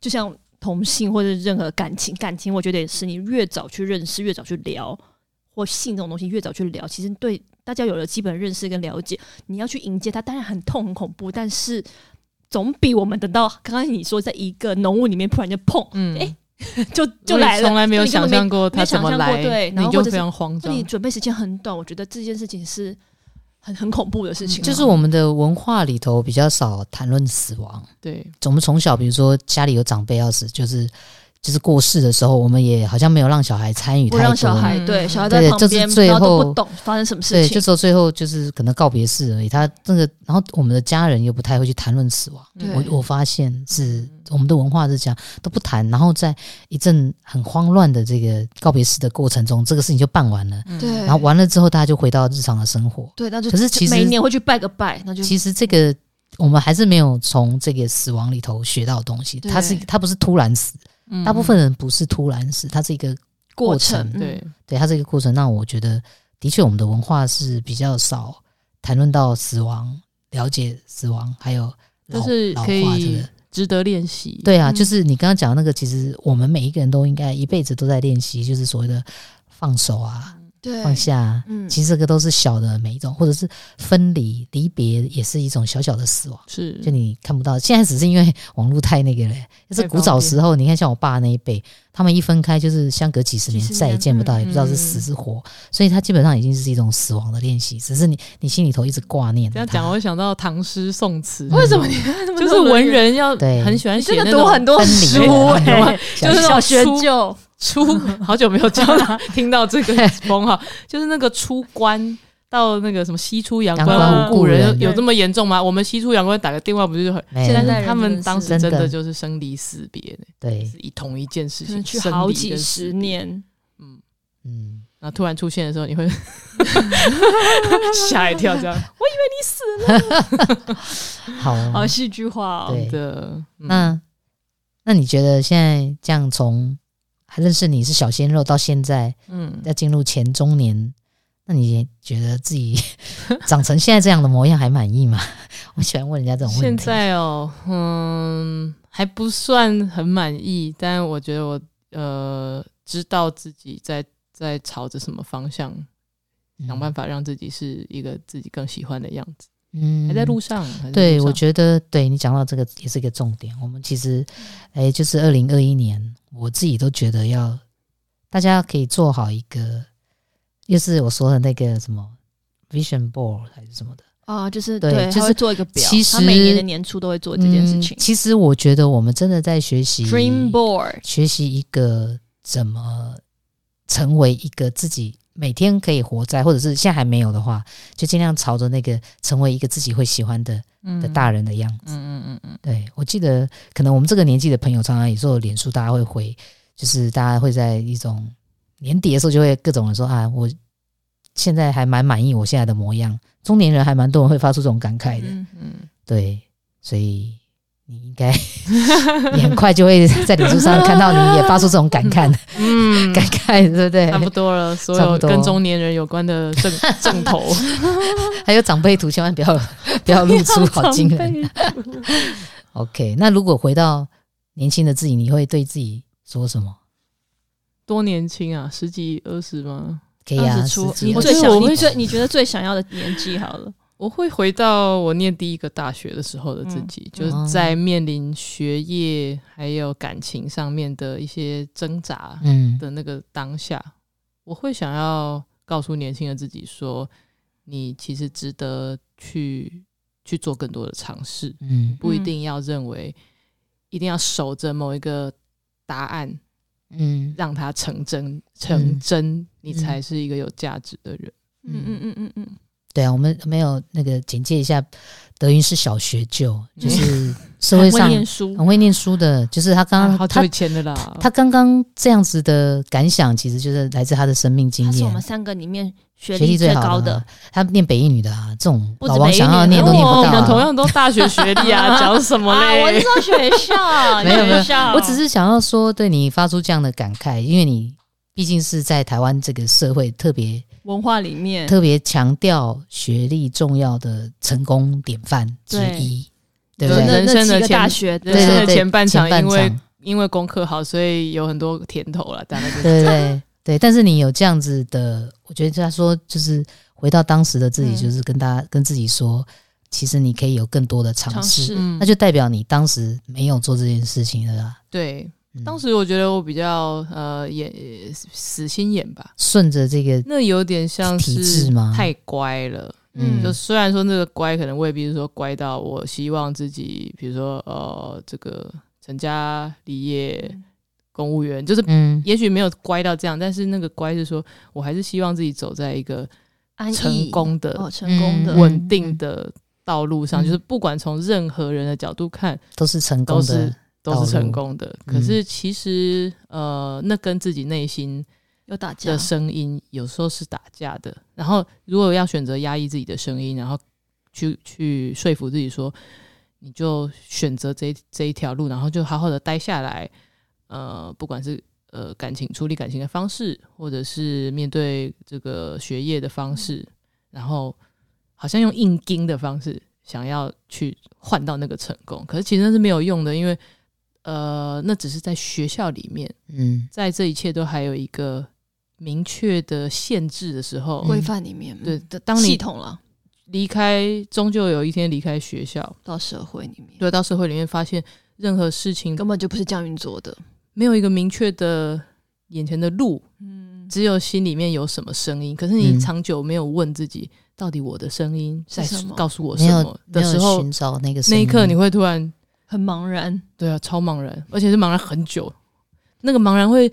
[SPEAKER 4] 就像同性或者任何感情，感情我觉得也是，你越早去认识，越早去聊，或性这种东西越早去聊，其实对大家有了基本认识跟了解，你要去迎接它，当然很痛很恐怖，但是总比我们等到刚刚你说在一个浓雾里面突然就碰
[SPEAKER 3] 嗯
[SPEAKER 4] 哎 就就来
[SPEAKER 3] 我也从
[SPEAKER 4] 了。
[SPEAKER 3] 来没有想象过
[SPEAKER 4] 没
[SPEAKER 3] 他怎么来，
[SPEAKER 4] 没想象过对然
[SPEAKER 3] 你
[SPEAKER 4] 后
[SPEAKER 3] 就
[SPEAKER 4] 或者
[SPEAKER 3] 非
[SPEAKER 4] 是
[SPEAKER 3] 常慌张。
[SPEAKER 4] 你准备时间很短，我觉得这件事情是很很恐怖的事
[SPEAKER 3] 嗯
[SPEAKER 4] 情啊、
[SPEAKER 1] 就是我们的文化里头比较少谈论死亡。
[SPEAKER 3] 对，
[SPEAKER 1] 我们从小，比如说家里有长辈要死，就是就是过世的时候，我们也好像没有让小孩参与
[SPEAKER 4] 不
[SPEAKER 1] 太
[SPEAKER 4] 让
[SPEAKER 1] 多。
[SPEAKER 4] 小孩
[SPEAKER 3] 嗯
[SPEAKER 4] 对小孩
[SPEAKER 1] 对
[SPEAKER 4] 在旁
[SPEAKER 1] 就是
[SPEAKER 4] 边，
[SPEAKER 1] 最
[SPEAKER 4] 然后都
[SPEAKER 1] 后
[SPEAKER 4] 不懂发生什么事
[SPEAKER 1] 对，
[SPEAKER 4] 情
[SPEAKER 1] 就。说最后就是可能告别式而已。他那个，然后我们的家人又不太会去谈论死亡。
[SPEAKER 4] 对
[SPEAKER 1] 我我发现
[SPEAKER 3] 嗯
[SPEAKER 1] 是我们的文化是这样，都不谈。然后在一阵很慌乱的这个告别式的过程中，这个事情就办完了。
[SPEAKER 3] 嗯
[SPEAKER 4] 对
[SPEAKER 1] 然后完了之后，大家就回到日常的生活。
[SPEAKER 4] 对，那就
[SPEAKER 1] 可是
[SPEAKER 4] 就
[SPEAKER 1] 其
[SPEAKER 4] 每
[SPEAKER 1] 实
[SPEAKER 4] 年会去拜个拜，那就
[SPEAKER 1] 其实这个我们还是没有从这个死亡里头学到东西。
[SPEAKER 4] 对
[SPEAKER 1] 他是他不是突然死，
[SPEAKER 3] 嗯
[SPEAKER 1] 大部分嗯人不是突然死，他是一个
[SPEAKER 4] 过
[SPEAKER 1] 过
[SPEAKER 4] 程嗯
[SPEAKER 1] 程
[SPEAKER 3] 对，
[SPEAKER 1] 对他这个过程，让我觉得的确我们的文化是比较少谈论到死亡，了解死亡，还有老
[SPEAKER 3] 就是
[SPEAKER 1] 老
[SPEAKER 3] 可
[SPEAKER 1] 化这
[SPEAKER 3] 以
[SPEAKER 1] 个。
[SPEAKER 3] 值得练习。
[SPEAKER 1] 对啊，
[SPEAKER 4] 嗯
[SPEAKER 1] 就是你刚刚讲的那个，其实我们每一个人都应该一辈子都在练习，就是所谓的放手啊、
[SPEAKER 4] 对
[SPEAKER 1] 放下啊。
[SPEAKER 4] 嗯，
[SPEAKER 1] 其实这个都是小的每一种，或者是分离、离别，也是一种小小的死亡。
[SPEAKER 3] 是，
[SPEAKER 4] 嗯
[SPEAKER 1] 就你看不到。现在只是因为网络太那个了，就是古早时候，你看像我爸那一辈，他们一分开就是相隔几十年，
[SPEAKER 4] 几十年
[SPEAKER 1] 再也见不到，
[SPEAKER 4] 嗯
[SPEAKER 1] 也不知道是死是活，所以他基本上已经是一种死亡的练习，只是你你心里头一直挂念着
[SPEAKER 3] 这
[SPEAKER 1] 它。
[SPEAKER 3] 样
[SPEAKER 4] 哦
[SPEAKER 3] 讲，我会想到唐诗宋词。
[SPEAKER 1] 为什么
[SPEAKER 4] 你
[SPEAKER 3] 就是文？人要
[SPEAKER 1] 对
[SPEAKER 3] 很喜欢
[SPEAKER 4] 你
[SPEAKER 3] 写
[SPEAKER 4] 真
[SPEAKER 3] 那
[SPEAKER 4] 的
[SPEAKER 3] 种
[SPEAKER 4] 读很多
[SPEAKER 1] 分离
[SPEAKER 4] 书
[SPEAKER 1] 了
[SPEAKER 4] 哎，
[SPEAKER 3] 就是那种
[SPEAKER 4] 小学
[SPEAKER 3] 书
[SPEAKER 4] 就
[SPEAKER 3] 出，好久没有叫 他听到这个封号，就是那个出关到那个什么西出阳
[SPEAKER 1] 阳
[SPEAKER 3] 关
[SPEAKER 1] 关
[SPEAKER 3] 无
[SPEAKER 1] 无
[SPEAKER 3] 故
[SPEAKER 1] 故
[SPEAKER 3] 人，
[SPEAKER 1] 人
[SPEAKER 3] 有有这么严重吗？我们西出阳关打个电话不是就很？
[SPEAKER 1] 没有
[SPEAKER 4] 现在
[SPEAKER 3] 他们当时
[SPEAKER 1] 真的
[SPEAKER 3] 真的就是生离死别，
[SPEAKER 1] 对
[SPEAKER 3] 是，一同一件事
[SPEAKER 4] 可能去
[SPEAKER 3] 情，生
[SPEAKER 4] 好
[SPEAKER 3] 离
[SPEAKER 4] 几
[SPEAKER 3] 跟死
[SPEAKER 4] 十
[SPEAKER 3] 别。
[SPEAKER 4] 年，
[SPEAKER 3] 嗯，
[SPEAKER 1] 嗯，
[SPEAKER 3] 然后突然出现的时 候，你会吓一跳，这样
[SPEAKER 1] 好，
[SPEAKER 4] 好戏剧化哦。
[SPEAKER 1] 对
[SPEAKER 3] 的。嗯
[SPEAKER 1] 那那你觉得现在这样从还认识你是小鲜肉到现在
[SPEAKER 3] 嗯，
[SPEAKER 1] 要进入前中年？那你觉得自己 长成现在这样的模样还满意吗？ 我喜欢问人家这种问
[SPEAKER 3] 现
[SPEAKER 1] 题。
[SPEAKER 3] 在哦，嗯，还不算很满意，但我觉得我呃知道自己在在朝着什么方向，想办法让自己是一个自己更喜欢的样子，
[SPEAKER 1] 嗯
[SPEAKER 3] 还在路上。还在路
[SPEAKER 1] 对，
[SPEAKER 3] 上
[SPEAKER 1] 我觉得对你讲到这个也是一个重点。我们其实，
[SPEAKER 3] 嗯
[SPEAKER 1] 哎，就是二零二一年，我自己都觉得要大家可以做好一个，又是我说的那个什么 vision board 还是什么的。
[SPEAKER 4] 啊，就是
[SPEAKER 1] 对
[SPEAKER 4] 对，
[SPEAKER 1] 就是
[SPEAKER 4] 他会做一个表
[SPEAKER 1] 其，
[SPEAKER 4] 他每年
[SPEAKER 1] 实
[SPEAKER 4] 的年初都会做这件事情
[SPEAKER 1] 嗯。其实我觉得我们真的在学习
[SPEAKER 4] Dream Board，
[SPEAKER 1] 学习一个怎么成为一个自己每天可以活在，或者是现在还没有的话，就尽量朝着那个成为一个自己会喜欢的的大人的样子。
[SPEAKER 3] 嗯嗯嗯
[SPEAKER 1] 对，我记得可能我们这个年纪的朋友，常常有时候脸书大家会回，就是大家会在一种年底的时候就会各种人说啊，我现在还蛮满意我现在的模样。中年人还蛮多人会发出这种 感慨的，
[SPEAKER 4] 嗯，
[SPEAKER 3] 嗯
[SPEAKER 1] 对，所以你应该 你很快就会在脸书上看到你也发出这种感慨，
[SPEAKER 3] 嗯
[SPEAKER 1] 感慨对不对
[SPEAKER 3] 差？不多 了，所
[SPEAKER 1] 差
[SPEAKER 3] 有
[SPEAKER 1] 不多
[SPEAKER 3] 跟中年人有关的正正头，
[SPEAKER 1] 还有长辈图，千万不要不要露出，好惊 人。OK，那如果回到年轻的自己，你会对自己说什么？
[SPEAKER 3] 多年轻啊，十几二十吗？
[SPEAKER 1] 可以啊，
[SPEAKER 4] 20出
[SPEAKER 1] 十几
[SPEAKER 4] 你
[SPEAKER 1] 二
[SPEAKER 3] 我
[SPEAKER 1] 十
[SPEAKER 4] 最
[SPEAKER 3] 觉得
[SPEAKER 4] 想，
[SPEAKER 3] 我
[SPEAKER 4] 你
[SPEAKER 3] 会
[SPEAKER 4] 最你觉得最想要的年纪好了，
[SPEAKER 3] 我会回到我念第一个大学的时候的自己，
[SPEAKER 1] 嗯
[SPEAKER 3] 就是在面临学业还有感情上面的一些挣扎
[SPEAKER 1] 嗯
[SPEAKER 3] 的那个当下，我会想要告诉年轻的自己说，你其实值得去去做更多的尝试，
[SPEAKER 1] 嗯
[SPEAKER 3] 不一
[SPEAKER 4] 嗯
[SPEAKER 3] 定要认为一定要守着某一个答案
[SPEAKER 1] 嗯
[SPEAKER 3] 让它成真，成
[SPEAKER 1] 嗯
[SPEAKER 3] 真、你才是一个有价值的人。
[SPEAKER 4] 嗯嗯嗯嗯嗯，
[SPEAKER 1] 对啊，我们没有那个简介一下，德云是小学究，就是社会上
[SPEAKER 4] 念书，
[SPEAKER 1] 很会念书的，就是他刚
[SPEAKER 3] 啊，
[SPEAKER 1] 刚、
[SPEAKER 3] 好久
[SPEAKER 1] 他
[SPEAKER 3] 以前的啦，
[SPEAKER 1] 他刚刚这样子的感想，其实就是来自他的生命经
[SPEAKER 4] 嗯他是我们
[SPEAKER 1] 验。
[SPEAKER 4] 三个里面学
[SPEAKER 1] 学历
[SPEAKER 4] 历
[SPEAKER 1] 最
[SPEAKER 4] 最
[SPEAKER 1] 好
[SPEAKER 4] 高
[SPEAKER 1] 的
[SPEAKER 4] 的
[SPEAKER 1] 啊，他念北一女的啊，这种
[SPEAKER 4] 不止
[SPEAKER 1] 老王
[SPEAKER 4] 北一
[SPEAKER 1] 想要
[SPEAKER 4] 女
[SPEAKER 1] 念
[SPEAKER 4] 啊
[SPEAKER 1] 都念不
[SPEAKER 3] 哦我
[SPEAKER 1] 到、
[SPEAKER 3] 们同
[SPEAKER 1] 啊。
[SPEAKER 3] 样都大学学 历啊，讲什么
[SPEAKER 4] 啊，我是
[SPEAKER 3] 嘞？
[SPEAKER 4] 说学校，
[SPEAKER 1] 没有没有
[SPEAKER 4] 学校
[SPEAKER 1] 我只是想要说，对你发出这样的感慨，因为你毕竟是在台湾这个社会特别
[SPEAKER 4] 文化里面，
[SPEAKER 1] 特别强调学历重要的成功典范之一，对不
[SPEAKER 3] 对
[SPEAKER 1] 对？
[SPEAKER 4] 那
[SPEAKER 3] 人
[SPEAKER 4] 那
[SPEAKER 3] 生的
[SPEAKER 4] 几个
[SPEAKER 3] 前
[SPEAKER 4] 大学的
[SPEAKER 1] 对对对，
[SPEAKER 3] 人生的前半场
[SPEAKER 1] 前半
[SPEAKER 3] 因为因为功课好，所以有很多甜头了，大概就是
[SPEAKER 1] 对对对 对，但是你有这样子的，我觉得他说就是回到当时的自己，
[SPEAKER 4] 嗯
[SPEAKER 1] 就是跟大家跟自己说，其实你可以有更多的尝
[SPEAKER 4] 尝
[SPEAKER 1] 试，
[SPEAKER 4] 试
[SPEAKER 3] 嗯
[SPEAKER 1] 那就代表你当时没有做这件事情的啦。
[SPEAKER 3] 对。
[SPEAKER 1] 嗯
[SPEAKER 3] 当时我觉得我比较呃眼死心眼吧，
[SPEAKER 1] 顺着这个，
[SPEAKER 3] 那有点像
[SPEAKER 1] 体制
[SPEAKER 3] 是
[SPEAKER 1] 吗
[SPEAKER 3] 太乖了。
[SPEAKER 1] 嗯，
[SPEAKER 4] 嗯
[SPEAKER 3] 就虽然说那个乖，可能未必是说乖到我希望自己，比如说呃，这个成家立业、公务员，就是
[SPEAKER 1] 嗯
[SPEAKER 3] 也许没有乖到这样，但是那个乖是说我还是希望自己走在一个
[SPEAKER 4] 安逸
[SPEAKER 3] 成功的、
[SPEAKER 4] 哦，成功的
[SPEAKER 1] 嗯
[SPEAKER 3] 稳定的道路上，
[SPEAKER 1] 嗯
[SPEAKER 3] 就是不管从任何人的角度看，
[SPEAKER 1] 都是成功
[SPEAKER 3] 都是
[SPEAKER 1] 的，
[SPEAKER 3] 都是
[SPEAKER 1] 道路
[SPEAKER 3] 成功的。
[SPEAKER 1] 嗯
[SPEAKER 3] 可是其实呃，那跟自己内心
[SPEAKER 4] 有打架
[SPEAKER 3] 的，声音有时候是打架的。然后如果要选择压抑自己的声音，然后去去说服自己说，你就选择这一这一条路，然后就好好的待下来。呃，不管是呃感情处理感情的方式，或者是面对这个学业的方式，
[SPEAKER 4] 嗯
[SPEAKER 3] 然后好像用硬盯的方式想要去换到那个成功，可是其实那是没有用的，因为呃，那只是在学校里面。
[SPEAKER 1] 嗯
[SPEAKER 3] 在这一切都还有一个明确的限制的时候，
[SPEAKER 4] 规范里面，
[SPEAKER 3] 对
[SPEAKER 4] 嗯，
[SPEAKER 3] 当
[SPEAKER 4] 系
[SPEAKER 3] 你
[SPEAKER 4] 统了
[SPEAKER 3] 离开，终究有一天离开学校，
[SPEAKER 4] 到社会里面，
[SPEAKER 3] 对，到社会里面发现任何事情
[SPEAKER 4] 根本就不是这样运作的，
[SPEAKER 3] 没有一个明确的眼前的路，
[SPEAKER 4] 嗯，
[SPEAKER 3] 只有心里面有什么声音。可是
[SPEAKER 1] 嗯
[SPEAKER 3] 你长久没有问自己，到底我的声音
[SPEAKER 4] 是
[SPEAKER 3] 在
[SPEAKER 4] 什么
[SPEAKER 3] 告诉我
[SPEAKER 1] 没
[SPEAKER 3] 什
[SPEAKER 1] 有
[SPEAKER 3] 么
[SPEAKER 1] 没
[SPEAKER 3] 的
[SPEAKER 1] 有
[SPEAKER 3] 时候
[SPEAKER 1] 寻，找那个
[SPEAKER 3] 那一
[SPEAKER 1] 声
[SPEAKER 3] 刻
[SPEAKER 1] 音
[SPEAKER 3] 你会突然
[SPEAKER 4] 很茫然，
[SPEAKER 3] 对啊，超茫然，而且是茫然很久。那个茫然会，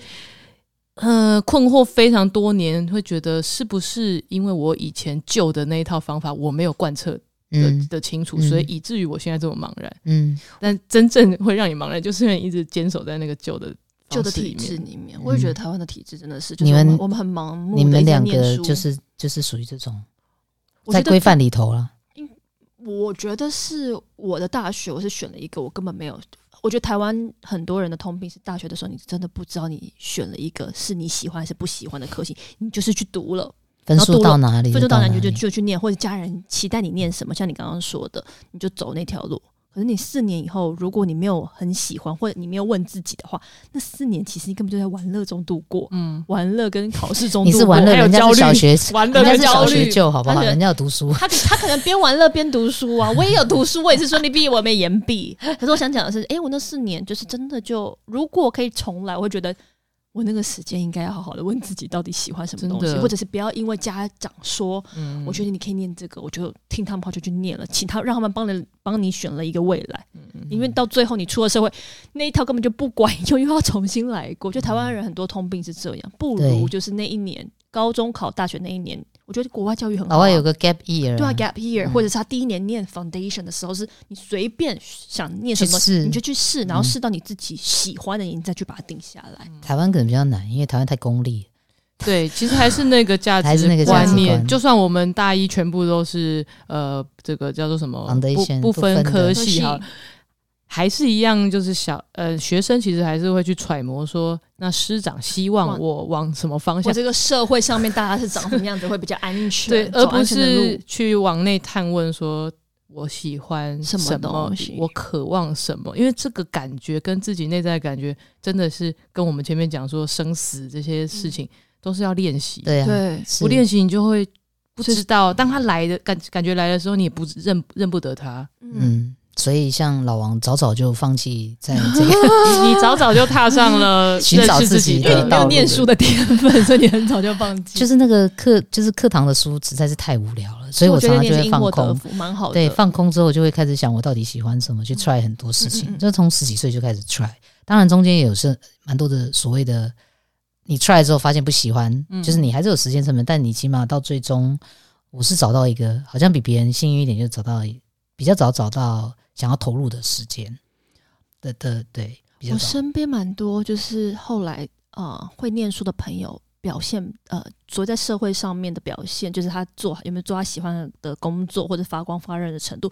[SPEAKER 3] 呃，困惑非常多年，会觉得是不是因为我以前旧的那一套方法我没有贯彻的、
[SPEAKER 1] 嗯
[SPEAKER 3] 的清楚，
[SPEAKER 1] 嗯
[SPEAKER 3] 所以以至于我现在这么茫然。
[SPEAKER 1] 嗯
[SPEAKER 3] 但真正会让你茫然，就是因为你一直坚守在那个旧的
[SPEAKER 4] 旧的
[SPEAKER 3] 方式
[SPEAKER 4] 体
[SPEAKER 3] 里
[SPEAKER 4] 制
[SPEAKER 3] 面。嗯
[SPEAKER 4] 里面，我也觉得台湾的体制真的是，就是
[SPEAKER 1] 你们
[SPEAKER 4] 我我们很盲目，
[SPEAKER 1] 你们两个就是就是属于这种在规范里头了，
[SPEAKER 4] 我觉得是我的大学，我是选了一个我根本没有。我觉得台湾很多人的通病是，大学的时候你真的不知道你选了一个是你喜欢还是不喜欢的科系，你就是去读了，
[SPEAKER 1] 分
[SPEAKER 4] 然后
[SPEAKER 1] 数
[SPEAKER 4] 多了
[SPEAKER 1] 到哪里
[SPEAKER 4] 分数到
[SPEAKER 1] 哪
[SPEAKER 4] 哪你
[SPEAKER 1] 里
[SPEAKER 4] 就就去念，或者家人期待你念什么，像你刚刚说的，你就走那条路。可是你四年以后，如果你没有很喜欢，或者你没有问自己的话，那四年其实你根本就在玩乐中度过，
[SPEAKER 3] 嗯，
[SPEAKER 4] 玩乐跟考试中
[SPEAKER 1] 你
[SPEAKER 4] 度过。
[SPEAKER 1] 是玩乐，
[SPEAKER 3] 还有
[SPEAKER 1] 人家
[SPEAKER 3] 焦
[SPEAKER 1] 是
[SPEAKER 3] 虑
[SPEAKER 1] 小 学，人
[SPEAKER 3] 玩
[SPEAKER 1] 家
[SPEAKER 3] 的
[SPEAKER 1] 是小
[SPEAKER 3] 焦虑哦
[SPEAKER 1] 学，就好不好？
[SPEAKER 4] 他是
[SPEAKER 1] 人家有读书，
[SPEAKER 4] 他他可能边玩乐边读书啊，我也有读书，我也是顺利毕业，我也没延毕。可是我想讲的是，诶，我那四年就是真的就，如果可以重来，我会觉得我那个时间应该要好好的问自己到底喜欢什么东
[SPEAKER 3] 真
[SPEAKER 4] 西，
[SPEAKER 3] 的
[SPEAKER 4] 或者是不要因为家长说，
[SPEAKER 3] 嗯
[SPEAKER 4] 我觉得你可以念这个，我就听他们话就去念了，请他让他们帮你帮你选了一个未来，因为到最后你出了社会，那一套根本就不管用，又要重新来过。我觉得台湾人很多通病是这样，不
[SPEAKER 1] 对
[SPEAKER 4] 如就是那一年高中考大学那一年，我觉得国外教育很好啊、
[SPEAKER 1] 老外有个 gap year，
[SPEAKER 4] 对啊，gap year，、
[SPEAKER 1] 嗯
[SPEAKER 4] 或者是他第一年念 foundation 的时候，是你随便想念什
[SPEAKER 1] 去
[SPEAKER 4] 么
[SPEAKER 1] 试
[SPEAKER 4] 你就去试，然后
[SPEAKER 1] 嗯
[SPEAKER 4] 试到你自己喜欢的，你再去把它定下来。
[SPEAKER 1] 台湾可能比较难，因为台湾太功利。
[SPEAKER 3] 对，其实还是那个价
[SPEAKER 1] 还是那个
[SPEAKER 3] 值
[SPEAKER 4] 价值
[SPEAKER 3] 观念。
[SPEAKER 1] 观
[SPEAKER 3] 就算我们大一全部都是呃，这个叫做什么
[SPEAKER 1] Foundation，不
[SPEAKER 3] 不不
[SPEAKER 1] 分
[SPEAKER 3] 分
[SPEAKER 1] 的
[SPEAKER 3] 科
[SPEAKER 1] 可
[SPEAKER 3] 系哈，还是一样，就是小呃学生其实还是会去揣摩说，那师长希望
[SPEAKER 4] 往
[SPEAKER 3] 我往什么方
[SPEAKER 4] 我
[SPEAKER 3] 向。
[SPEAKER 4] 这个社会上面大家是长什么样子会比较安全，
[SPEAKER 3] 对，
[SPEAKER 4] 走
[SPEAKER 3] 而不
[SPEAKER 4] 安全的
[SPEAKER 3] 是
[SPEAKER 4] 路
[SPEAKER 3] 去往内探问说我喜欢
[SPEAKER 4] 什么
[SPEAKER 3] 什么
[SPEAKER 4] 东西，
[SPEAKER 3] 我渴望什么，因为这个感觉跟自己内在的感觉，真的是跟我们前面讲说生死这些事情、都是要练习。
[SPEAKER 1] 对啊，
[SPEAKER 4] 对，
[SPEAKER 1] 是
[SPEAKER 3] 不练习你就会不知道，当他来的感感觉来的时候，你也不认认不得他。
[SPEAKER 1] 嗯，所以像老王早早就放弃在这 个
[SPEAKER 3] 你早早就踏上了
[SPEAKER 1] 寻找
[SPEAKER 3] 认识
[SPEAKER 1] 自
[SPEAKER 3] 自
[SPEAKER 1] 己
[SPEAKER 3] 己
[SPEAKER 1] 的
[SPEAKER 3] 的
[SPEAKER 1] 道
[SPEAKER 3] 道
[SPEAKER 1] 路
[SPEAKER 3] 路。
[SPEAKER 1] 念书
[SPEAKER 5] 的天分，所以你很早就放弃
[SPEAKER 1] 就。是那个课，就是课堂的书实在是太无聊了，所以
[SPEAKER 4] 我
[SPEAKER 1] 我
[SPEAKER 4] 觉
[SPEAKER 1] 常常
[SPEAKER 4] 得
[SPEAKER 1] 就
[SPEAKER 4] 念
[SPEAKER 1] 会
[SPEAKER 4] 英
[SPEAKER 1] 放
[SPEAKER 4] 获得
[SPEAKER 1] 空。
[SPEAKER 4] 福，蛮好的。嗯
[SPEAKER 1] 对，放空之后就会开始想我到底喜欢什么，去 try 很多事情。
[SPEAKER 4] 嗯嗯嗯
[SPEAKER 1] 就从十几岁就开始 try，当然中间也有是蛮多的所谓的你 try 之后发现不喜欢，
[SPEAKER 3] 嗯
[SPEAKER 1] 就是你还是有时间成本，但你起码到最终，我是找到一个好像比别人幸运一点，就找到比较早找到想要投入的时间的的对，比较
[SPEAKER 4] 我
[SPEAKER 1] 早。
[SPEAKER 4] 身边蛮多就是后来呃会念书的朋友表现呃，所谓在社会上面的表现，就是他做有没有做他喜欢的工作或者发光发热的程度，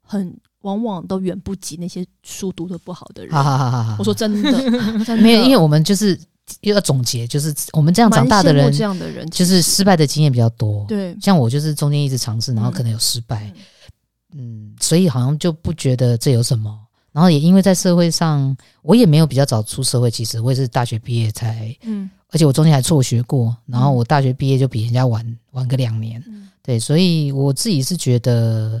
[SPEAKER 4] 很往往都远不及那些书读的不好的人。
[SPEAKER 1] 好好好好好，
[SPEAKER 4] 我说真 的，真的
[SPEAKER 1] 啊没有，因为我们就是要总结，就是我们这样
[SPEAKER 4] 蛮
[SPEAKER 1] 长大的
[SPEAKER 4] 羡慕
[SPEAKER 1] 人
[SPEAKER 4] 这，样的人
[SPEAKER 1] 就是失败的经验比较多。，
[SPEAKER 4] 对
[SPEAKER 1] 像我就是中间一直尝
[SPEAKER 4] 嗯
[SPEAKER 1] 试，然后可能有失败，嗯，所以好像就不觉得这有什么。然后也因为在社会上，我也没有比较早出社会，其实我也是大学毕业才，
[SPEAKER 4] 嗯
[SPEAKER 1] 而且我中间还辍学过，然后我大学毕业就比人家晚晚个两年，
[SPEAKER 4] 嗯
[SPEAKER 1] 对，所以我自己是觉得，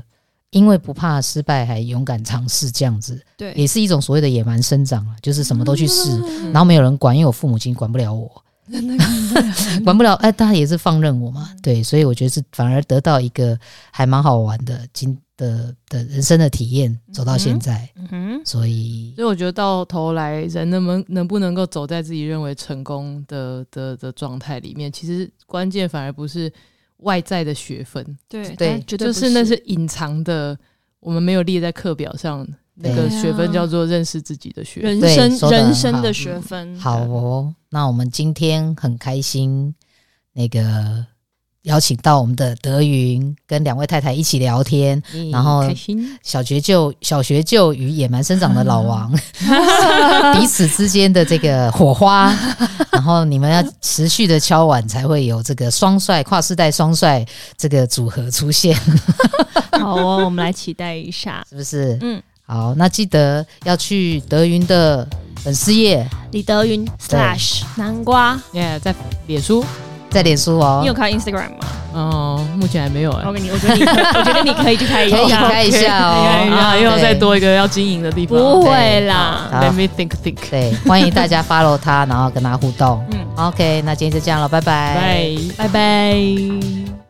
[SPEAKER 1] 因为不怕失败，还勇敢尝试这样子，
[SPEAKER 4] 对，
[SPEAKER 1] 也是一种所谓的野蛮生长啊，就是什么都去试，
[SPEAKER 4] 嗯
[SPEAKER 1] 然后没有人管，因为我父母亲管不了我， 管不了，哎，他也是放任我嘛，对，所以我觉得是反而得到一个还蛮好玩的经的的人生的体验，走到现在，
[SPEAKER 4] 嗯哼，
[SPEAKER 1] 所以
[SPEAKER 3] 所以我觉得到头来，人能不能能不能够走在自己认为成功的的的状态里面，其实关键反而不是外在的学分，
[SPEAKER 4] 对
[SPEAKER 1] 对
[SPEAKER 4] 但绝对不
[SPEAKER 3] 就是那是隐藏的，我们没有列在课表上那个
[SPEAKER 4] 对啊
[SPEAKER 3] 学分叫做认识自己的学分。
[SPEAKER 4] 人
[SPEAKER 1] 对
[SPEAKER 4] 生
[SPEAKER 1] 说得很
[SPEAKER 4] 人生
[SPEAKER 1] 好
[SPEAKER 4] 的学分。
[SPEAKER 1] 好哦，那我们今天很开心，那个邀请到我们的德云跟两位太太一起聊天，然后
[SPEAKER 3] 开心，
[SPEAKER 1] 小学就小学就与野蛮生长的老 王 彼此之间的这个火 花，然后你们要持续的敲碗，才会有这个双帅跨世代双帅这个组合出现，
[SPEAKER 2] 好哦，我们来期待一下。
[SPEAKER 1] 是不是？
[SPEAKER 4] 嗯，
[SPEAKER 1] 好，那记得要去德云的粉丝页，
[SPEAKER 2] 李德云 slash 南瓜，
[SPEAKER 3] 耶，在脸书，
[SPEAKER 1] 在脸书哦
[SPEAKER 4] 你有，开 Instagram 吗？
[SPEAKER 3] 哦，目前还没有哎、
[SPEAKER 4] 我给你，我觉得你，我觉得你可以去开一
[SPEAKER 1] 可以
[SPEAKER 4] 下。
[SPEAKER 1] 开一下
[SPEAKER 4] 可以
[SPEAKER 1] 哦。
[SPEAKER 3] 啊，又要
[SPEAKER 1] 对
[SPEAKER 3] 再多一个要经营的地方。
[SPEAKER 4] 哦
[SPEAKER 2] 不会啦，
[SPEAKER 1] 好
[SPEAKER 3] Let，me think think。
[SPEAKER 1] 对，欢迎大家 follow 他，然后跟他互动。
[SPEAKER 4] 嗯
[SPEAKER 1] 嗯，OK，那今天就这样了，拜拜。
[SPEAKER 2] 拜
[SPEAKER 3] 拜。
[SPEAKER 2] 拜。